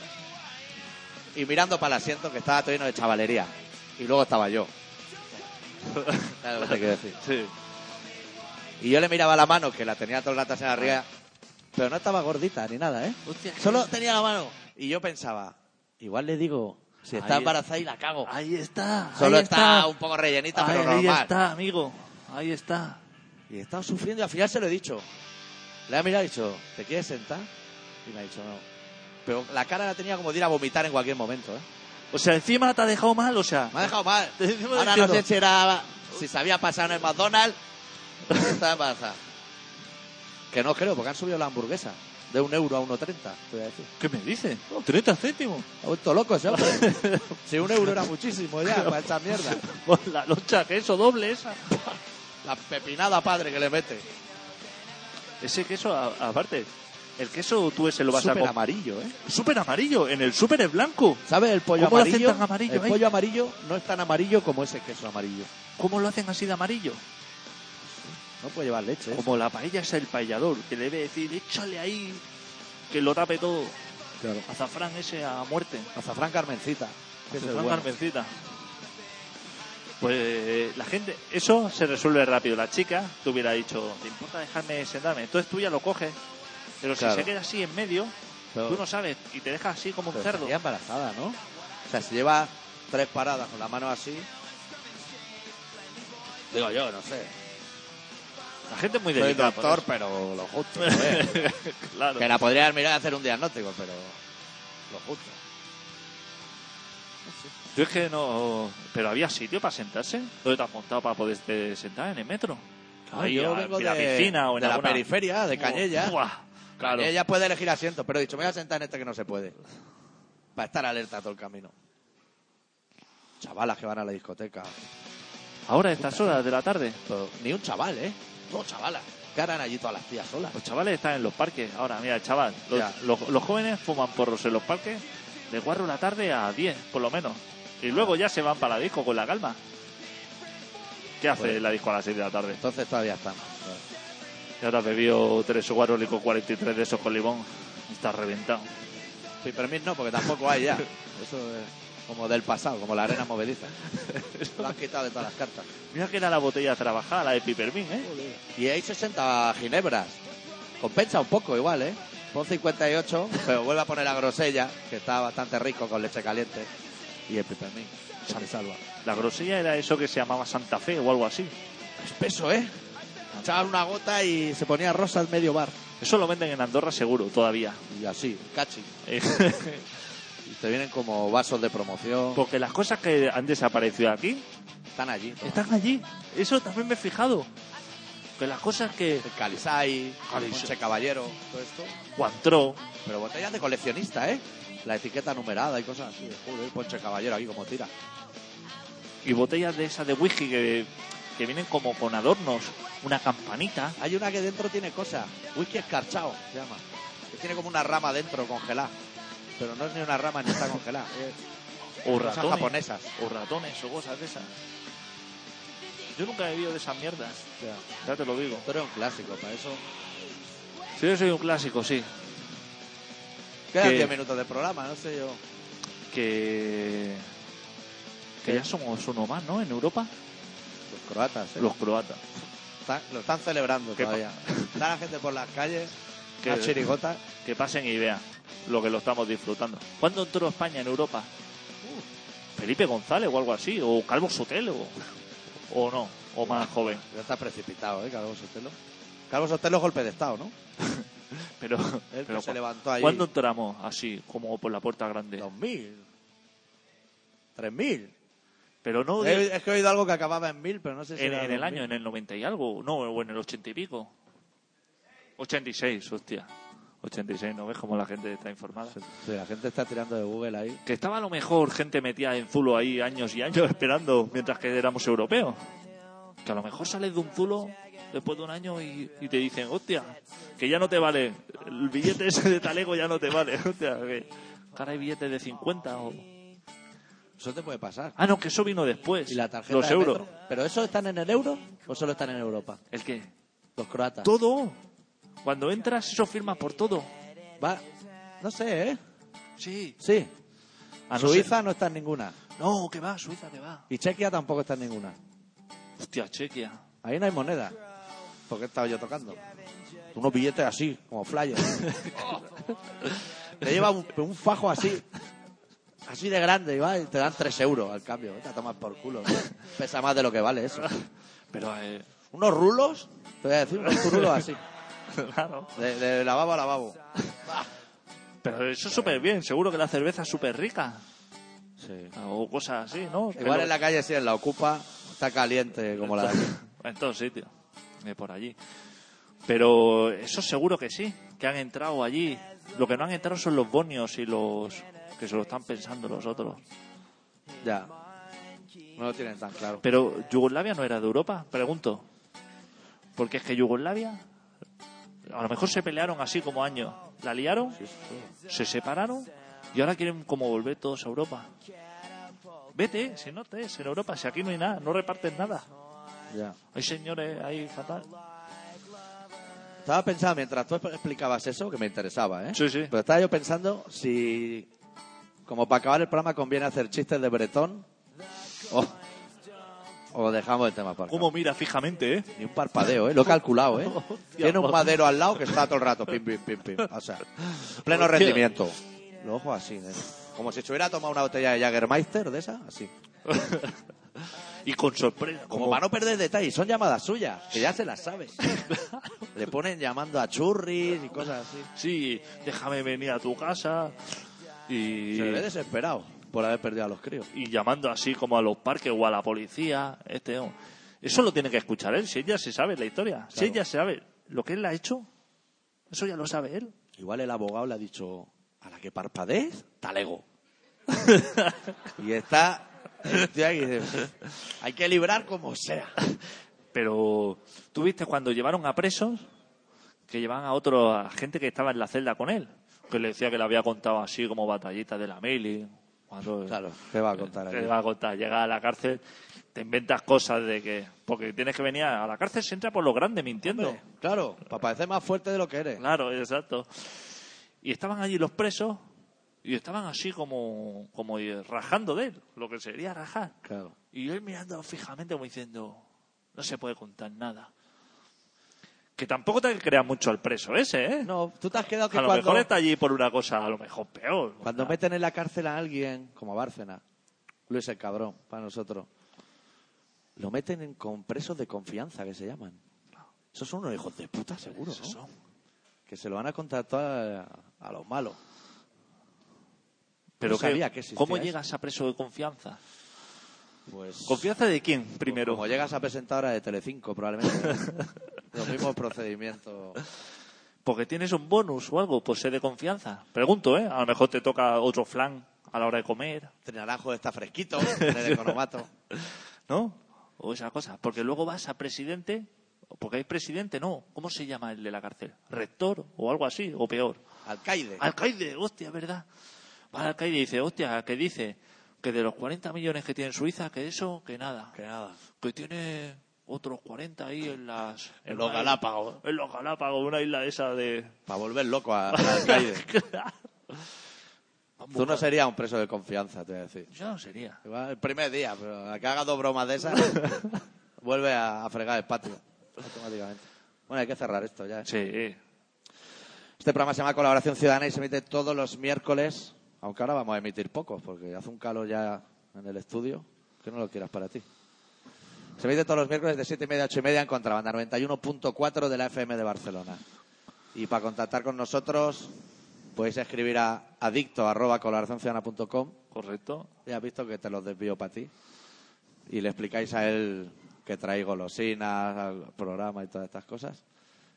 [SPEAKER 1] Y mirando para el asiento que estaba todo lleno de chavalería. Y luego estaba yo. Claro, te quiero decir.
[SPEAKER 2] Sí.
[SPEAKER 1] Y yo le miraba la mano, que la tenía todo el rato así en la barriga, pero no estaba gordita ni nada, ¿eh?
[SPEAKER 2] Hostia, que-
[SPEAKER 1] Solo tenía la mano. Y yo pensaba, igual le digo, si está
[SPEAKER 2] Ahí-
[SPEAKER 1] embarazada y la cago.
[SPEAKER 2] Ahí está.
[SPEAKER 1] Oh. Solo
[SPEAKER 2] ahí
[SPEAKER 1] está un poco rellenita,
[SPEAKER 2] ahí,
[SPEAKER 1] pero
[SPEAKER 2] ahí
[SPEAKER 1] normal.
[SPEAKER 2] está, amigo. Ahí está.
[SPEAKER 1] Y he estado sufriendo y al final se lo he dicho. Le ha mirado y he dicho, ¿te quieres sentar? Y me ha dicho, no. Pero la cara la tenía como de ir a vomitar en cualquier momento, ¿eh?
[SPEAKER 2] O sea, encima te ha dejado mal, o sea.
[SPEAKER 1] Me ha dejado mal.
[SPEAKER 2] Te decimos
[SPEAKER 1] Ahora no
[SPEAKER 2] diciendo-
[SPEAKER 1] sé si era... Si se había pasado en el McDonald's. Está embarazada. Que no creo, porque han subido la hamburguesa. De un euro a 1,30, te voy a decir.
[SPEAKER 2] ¿Qué me dice? ¿30 céntimos?
[SPEAKER 1] Ha vuelto loco ese hombre. si un euro era muchísimo ya para esta mierda.
[SPEAKER 2] Con Pues la loncha queso doble esa.
[SPEAKER 1] La pepinada padre que le mete.
[SPEAKER 2] Ese queso, a- aparte, el queso tú ese lo vas
[SPEAKER 1] Súper
[SPEAKER 2] a comer.
[SPEAKER 1] amarillo, ¿eh?
[SPEAKER 2] Súper amarillo. En el súper es blanco.
[SPEAKER 1] ¿Sabes el pollo
[SPEAKER 2] ¿Cómo lo hacen
[SPEAKER 1] amarillo?
[SPEAKER 2] tan amarillo
[SPEAKER 1] el
[SPEAKER 2] ahí?
[SPEAKER 1] pollo amarillo no es tan amarillo como ese queso amarillo.
[SPEAKER 2] ¿Cómo lo hacen así de amarillo?
[SPEAKER 1] No puede llevar leche. ¿eh?
[SPEAKER 2] Como la paella es el paellador, que le debe decir, échale ahí, que lo tape todo.
[SPEAKER 1] Claro.
[SPEAKER 2] Azafrán ese a muerte.
[SPEAKER 1] Azafrán Carmencita. que es el
[SPEAKER 2] Azafrán
[SPEAKER 1] bueno.
[SPEAKER 2] Carmencita. Pues eh, la gente, eso se resuelve rápido. La chica te hubiera dicho, ¿te importa dejarme sentarme? Entonces tú ya lo coges. Pero
[SPEAKER 1] Claro.
[SPEAKER 2] si se queda así en medio,
[SPEAKER 1] Pero-
[SPEAKER 2] tú no sabes y te dejas así como un
[SPEAKER 1] pero
[SPEAKER 2] cerdo.
[SPEAKER 1] estaría embarazada, ¿no? O sea, si lleva tres paradas con la mano así. Digo yo, no sé.
[SPEAKER 2] La gente es muy
[SPEAKER 1] Soy
[SPEAKER 2] delicada. por
[SPEAKER 1] doctor,
[SPEAKER 2] eso.
[SPEAKER 1] pero lo justo. ¿eh?
[SPEAKER 2] claro.
[SPEAKER 1] que la podría mirar y hacer un diagnóstico, pero lo justo.
[SPEAKER 2] Yo es que no. Pero había sitio para sentarse. ¿Dónde te has montado para poderte sentar? ¿En el metro? Ahí,
[SPEAKER 1] yo
[SPEAKER 2] a-
[SPEAKER 1] vengo
[SPEAKER 2] en
[SPEAKER 1] de,
[SPEAKER 2] la piscina o en
[SPEAKER 1] de
[SPEAKER 2] alguna-
[SPEAKER 1] la periferia, de Cañella.
[SPEAKER 2] Buah, Claro.
[SPEAKER 1] Ella puede elegir asiento, pero he dicho, me voy a sentar en este que no se puede. Para estar alerta todo el camino. Chavalas que van a la discoteca.
[SPEAKER 2] Ahora a estas horas de la tarde.
[SPEAKER 1] Pero ni un chaval, ¿eh? Dos chavalas. Que harán allí todas las tías solas.
[SPEAKER 2] Los chavales están en los parques. Ahora, mira, chaval. Los,
[SPEAKER 1] Ya.
[SPEAKER 2] los- los jóvenes fuman porros en los parques de 4 de la tarde a 10, por lo menos. Y luego ya se van para la disco con la calma. ¿Qué hace
[SPEAKER 1] Pues-
[SPEAKER 2] la disco a las 6 de la tarde?
[SPEAKER 1] Entonces todavía están.
[SPEAKER 2] Ya te has bebido 3 o 4 licor 43 de esos con limón. Estás reventado.
[SPEAKER 1] Sin permiso no, porque tampoco hay ya. Eso es como del pasado, como la arena movediza. Lo han quitado de todas las cartas.
[SPEAKER 2] Mira que era la botella trabajada, la de Pipermin, ¿eh?
[SPEAKER 1] Y hay 60 ginebras. Compensa un poco igual, ¿eh? Pon 58, pero vuelve a poner la grosella, que está bastante rico con leche caliente. Y el pipermín, que me salva.
[SPEAKER 2] La grosella era eso que se llamaba Santa Fe o algo así.
[SPEAKER 1] Espeso, ¿eh? Echaban una gota y se ponía rosa al medio bar.
[SPEAKER 2] Eso lo venden en Andorra seguro todavía.
[SPEAKER 1] Y así, cachi.
[SPEAKER 2] Eh,
[SPEAKER 1] Y te vienen como vasos de promoción.
[SPEAKER 2] Porque las cosas que han desaparecido aquí
[SPEAKER 1] Están allí. todas.
[SPEAKER 2] están allí. Eso también me he fijado. Que las cosas que
[SPEAKER 1] El Calisay,
[SPEAKER 2] Calisay.
[SPEAKER 1] Monche Caballero, todo esto.
[SPEAKER 2] Cuantró,
[SPEAKER 1] Pero botellas de coleccionista, ¿eh? La etiqueta numerada y cosas así. Joder, Ponche Caballero aquí como tira.
[SPEAKER 2] y botellas de esas de whisky que, que vienen como con adornos, una campanita.
[SPEAKER 1] Hay una que dentro tiene cosas. Whisky escarchado, se llama. Que tiene como una rama dentro congelada. Pero no es ni una rama ni está congelada. Es
[SPEAKER 2] O
[SPEAKER 1] cosas
[SPEAKER 2] ratones.
[SPEAKER 1] japonesas.
[SPEAKER 2] O ratones o cosas de esas. Yo nunca he bebido de esas mierdas.
[SPEAKER 1] O sea,
[SPEAKER 2] Ya te lo digo.
[SPEAKER 1] esto era un clásico, para eso.
[SPEAKER 2] Sí, yo soy un clásico, sí.
[SPEAKER 1] Quedan
[SPEAKER 2] Que-
[SPEAKER 1] 10 minutos de programa, no sé yo.
[SPEAKER 2] Que. Que
[SPEAKER 1] ¿Qué?
[SPEAKER 2] ya somos uno más, ¿no? En Europa.
[SPEAKER 1] Los croatas, ¿eh?
[SPEAKER 2] Los croatas.
[SPEAKER 1] Están- lo están celebrando
[SPEAKER 2] ¿Qué pa-
[SPEAKER 1] todavía. Está la gente por las calles,
[SPEAKER 2] ¿Qué?
[SPEAKER 1] las chirigotas.
[SPEAKER 2] Que pasen y vean lo que lo estamos disfrutando. ¿Cuándo entró España en Europa? Felipe González o algo así, o Calvo Sotelo, o, o no, o más joven.
[SPEAKER 1] Ya está precipitado, ¿eh? Calvo Sotelo. Calvo Sotelo es golpe de Estado, ¿no?
[SPEAKER 2] Pero,
[SPEAKER 1] Él
[SPEAKER 2] pero
[SPEAKER 1] que se
[SPEAKER 2] cu-
[SPEAKER 1] levantó ahí.
[SPEAKER 2] ¿cuándo entramos así, como por la puerta grande?
[SPEAKER 1] 2.000. 3.000.
[SPEAKER 2] Pero no de-
[SPEAKER 1] He- Es que he oído algo que acababa en 1.000, pero no sé si
[SPEAKER 2] en,
[SPEAKER 1] era
[SPEAKER 2] en el
[SPEAKER 1] 2000.
[SPEAKER 2] año, en el 90 y algo, no, o en el 80 y pico. 86, hostia. 86, ¿no ves cómo la gente está informada?
[SPEAKER 1] Sí, la gente está tirando de Google ahí.
[SPEAKER 2] Que estaba a lo mejor gente metida en Zulo ahí años y años esperando mientras que éramos europeos. Que a lo mejor sales de un Zulo después de un año y, y te dicen, hostia, que ya no te vale. El billete ese de talego ya no te vale. Hostia, que que ahora hay billetes de 50 o...
[SPEAKER 1] Eso te puede pasar.
[SPEAKER 2] Ah, no, que eso vino después.
[SPEAKER 1] Y la tarjeta
[SPEAKER 2] Los
[SPEAKER 1] de
[SPEAKER 2] euros.
[SPEAKER 1] Metro? ¿Pero eso están en el euro o solo están en Europa?
[SPEAKER 2] ¿El qué?
[SPEAKER 1] Los croatas.
[SPEAKER 2] Todo. Cuando entras, eso firma por todo.
[SPEAKER 1] Va- No sé, ¿eh?
[SPEAKER 2] Sí.
[SPEAKER 1] Sí.
[SPEAKER 2] A no
[SPEAKER 1] Suiza no está en ninguna.
[SPEAKER 2] ser- No, que va, Suiza, que va.
[SPEAKER 1] Y Chequia tampoco está en ninguna.
[SPEAKER 2] Hostia, Chequia.
[SPEAKER 1] Ahí no hay moneda. Porque estaba yo tocando. Unos billetes así, como flyers. te lleva un, un fajo así, así de grande, y, va, y te dan 3 euros al cambio. Te tomas por culo. Pesa más de lo que vale eso.
[SPEAKER 2] Pero, eh,
[SPEAKER 1] Unos rulos, te voy a decir, unos rulos así.
[SPEAKER 2] claro.
[SPEAKER 1] De, de lavabo a lavabo.
[SPEAKER 2] Pero eso es súper bien, seguro que la cerveza es súper rica.
[SPEAKER 1] Sí.
[SPEAKER 2] O cosas así, ¿no? Que
[SPEAKER 1] Igual
[SPEAKER 2] lo-
[SPEAKER 1] en la calle, si en la ocupa, está caliente como la de aquí.
[SPEAKER 2] En todos sitios, eh, por allí. Pero eso seguro que sí. que han entrado allí. Lo que no han entrado son los bonios y los que se lo están pensando los otros.
[SPEAKER 1] Ya. No lo tienen tan claro.
[SPEAKER 2] Pero Yugoslavia no era de Europa, pregunto. Porque es que Yugoslavia, a lo mejor se pelearon así como años. La liaron, se separaron y ahora quieren como volver todos a Europa. Vete, si no te es en Europa, si aquí no hay nada, no reparten nada.
[SPEAKER 1] Ya.
[SPEAKER 2] Hay señores ahí fatal.
[SPEAKER 1] Estaba pensando, mientras tú explicabas eso, que me interesaba, ¿eh?
[SPEAKER 2] Sí, sí.
[SPEAKER 1] Pero estaba yo pensando si, como para acabar el programa, conviene hacer chistes de bretón o, o dejamos el tema para
[SPEAKER 2] ¿Cómo mira fijamente, eh?
[SPEAKER 1] Ni un parpadeo, ¿eh? Lo he calculado, ¿eh?
[SPEAKER 2] Hostia,
[SPEAKER 1] Tiene un
[SPEAKER 2] madre.
[SPEAKER 1] madero al lado que está todo el rato, pim, pim, pim, pim. O sea, pleno
[SPEAKER 2] Hostia.
[SPEAKER 1] rendimiento. Los ojos así, ¿eh? Como si se hubiera tomado una botella de Jagermeister de esa, así.
[SPEAKER 2] y con sorpresa.
[SPEAKER 1] Como para no perder detalles, son llamadas suyas, que ya se las sabe. Le ponen llamando a churris y cosas así.
[SPEAKER 2] Sí, déjame venir a tu casa. Y,
[SPEAKER 1] Se le ve desesperado por haber perdido a los críos.
[SPEAKER 2] y llamando así como a los parques o a la policía. Este, hom- eso lo tiene que escuchar él, si ella se sabe la historia. Si
[SPEAKER 1] Claro.
[SPEAKER 2] ella sabe lo que él ha hecho, eso ya lo sabe él.
[SPEAKER 1] Igual el abogado le ha dicho, a la que parpadees, talego. y está... el tío ahí dice, hay que librar como sea.
[SPEAKER 2] Pero tú viste cuando llevaron a presos, que llevaban a otro, a gente que estaba en la celda con él, que le decía que le había contado así como batallita de la mili. Cuando,
[SPEAKER 1] Claro, ¿qué va a contar
[SPEAKER 2] Te
[SPEAKER 1] ahí?
[SPEAKER 2] va a contar, llega a la cárcel, te inventas cosas de que. Porque tienes que venir a a la cárcel, se entra por lo grande, mintiendo.
[SPEAKER 1] Hombre, Claro, para parecer más fuerte de lo que eres.
[SPEAKER 2] Claro, exacto. Y estaban allí los presos y estaban así como, como rajando de él, lo que sería rajar.
[SPEAKER 1] Claro.
[SPEAKER 2] Y él mirando fijamente como diciendo, no se puede contar nada. Que tampoco te creas mucho al preso ese, ¿eh?
[SPEAKER 1] No, tú te has quedado que
[SPEAKER 2] a lo
[SPEAKER 1] cuando,
[SPEAKER 2] mejor está allí por una cosa, a lo mejor peor. Ah,
[SPEAKER 1] cuando
[SPEAKER 2] O sea,
[SPEAKER 1] meten en la cárcel a alguien, como a Bárcena, Luis el cabrón, para nosotros, lo meten en- con presos de confianza, que se llaman. Esos son unos hijos de puta, seguro,
[SPEAKER 2] esos
[SPEAKER 1] ¿no?
[SPEAKER 2] son.
[SPEAKER 1] Que se lo van a contratar a, a los malos.
[SPEAKER 2] Pero
[SPEAKER 1] No
[SPEAKER 2] que-
[SPEAKER 1] sabía que existía
[SPEAKER 2] ¿cómo
[SPEAKER 1] eso.
[SPEAKER 2] llegas a preso de confianza?
[SPEAKER 1] Pues,
[SPEAKER 2] ¿Confianza de quién primero?
[SPEAKER 1] Como llegas a presentadora de Telecinco, probablemente. los mismos procedimientos.
[SPEAKER 2] porque tienes un bonus o algo, pues sé de confianza. Pregunto, ¿eh? A lo mejor te toca otro flan a la hora de comer,
[SPEAKER 1] El naranjo está fresquito, en el economato.
[SPEAKER 2] ¿no? O esa cosa. Porque luego vas a presidente, porque hay presidente, no. ¿Cómo se llama el de la cárcel? ¿Rector o algo así? ¿O peor?
[SPEAKER 1] Alcaide.
[SPEAKER 2] Alcaide, hostia, ¿verdad? Va el alcaide y dice, hostia, ¿qué dice? Que de los 40 millones que tiene Suiza, que eso, que nada.
[SPEAKER 1] Que nada.
[SPEAKER 2] Que tiene otros 40 ahí en las...
[SPEAKER 1] En los
[SPEAKER 2] una-
[SPEAKER 1] Galápagos.
[SPEAKER 2] En los Galápagos, una isla esa de...
[SPEAKER 1] Para volver loco a, a Alcaide. Tú no serías un preso de confianza, te voy a decir.
[SPEAKER 2] Yo no sería.
[SPEAKER 1] Igual El primer día, pero a que haga dos bromas de esas, vuelve a, a fregar el patio automáticamente. Bueno, hay que cerrar esto ya. ¿eh?
[SPEAKER 2] Sí.
[SPEAKER 1] Este programa se llama Colaboración Ciudadana y se emite todos los miércoles, aunque ahora vamos a emitir pocos, porque hace un calor ya en el estudio, que no lo quieras para ti. Se emite todos los miércoles de 7 y media a 8 y media en Contrabanda 91.4 de la FM de Barcelona. Y para contactar con nosotros, podéis escribir a adicto.colaboracionciudadana.com
[SPEAKER 2] Correcto.
[SPEAKER 1] Ya has visto que te los desvío para ti. Y le explicáis a él que trae golosinas al programa y todas estas cosas.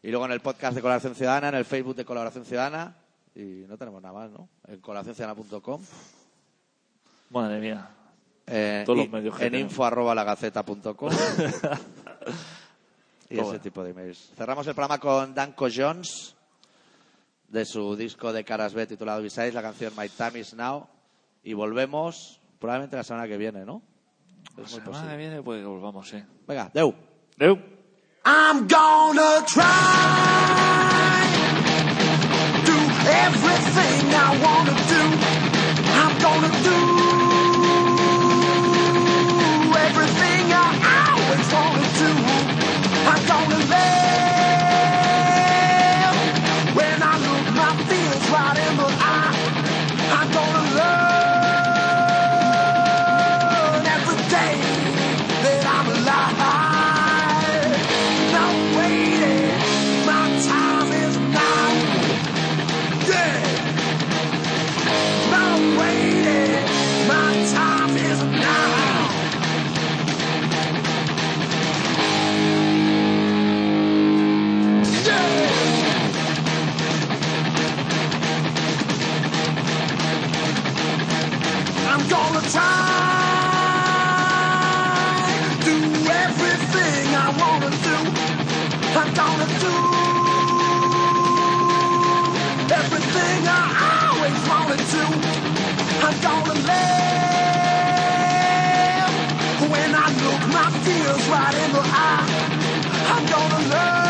[SPEAKER 1] Y luego en el podcast de Colaboración Ciudadana, en el Facebook de Colaboración Ciudadana. Y no tenemos nada más, ¿no? En colaboracionciudadana.com.
[SPEAKER 2] Madre mía.
[SPEAKER 1] eh,
[SPEAKER 2] Todos los
[SPEAKER 1] y
[SPEAKER 2] medios que
[SPEAKER 1] en
[SPEAKER 2] tenemos.
[SPEAKER 1] info arroba lagaceta.com. y ese
[SPEAKER 2] Toma.
[SPEAKER 1] tipo de emails. Cerramos el programa con Danko Jones de su disco de Caras B titulado Visage, la canción My Time Is Now. Y volvemos probablemente la semana que viene, ¿no?
[SPEAKER 2] La semana que viene pues volvamos, sí.
[SPEAKER 1] Venga, Deu.
[SPEAKER 2] Deu.
[SPEAKER 3] I'm gonna try do everything I wanna do. I'm gonna do everything I always wanna do. I'm gonna live when I look my fears right in the eye. I'm gonna learn every day that I'm alive. Not waiting, my time is now. Yeah, not waiting, do. Everything I always wanted to. I'm gonna live. When I look my fears right in the eye, I'm gonna love.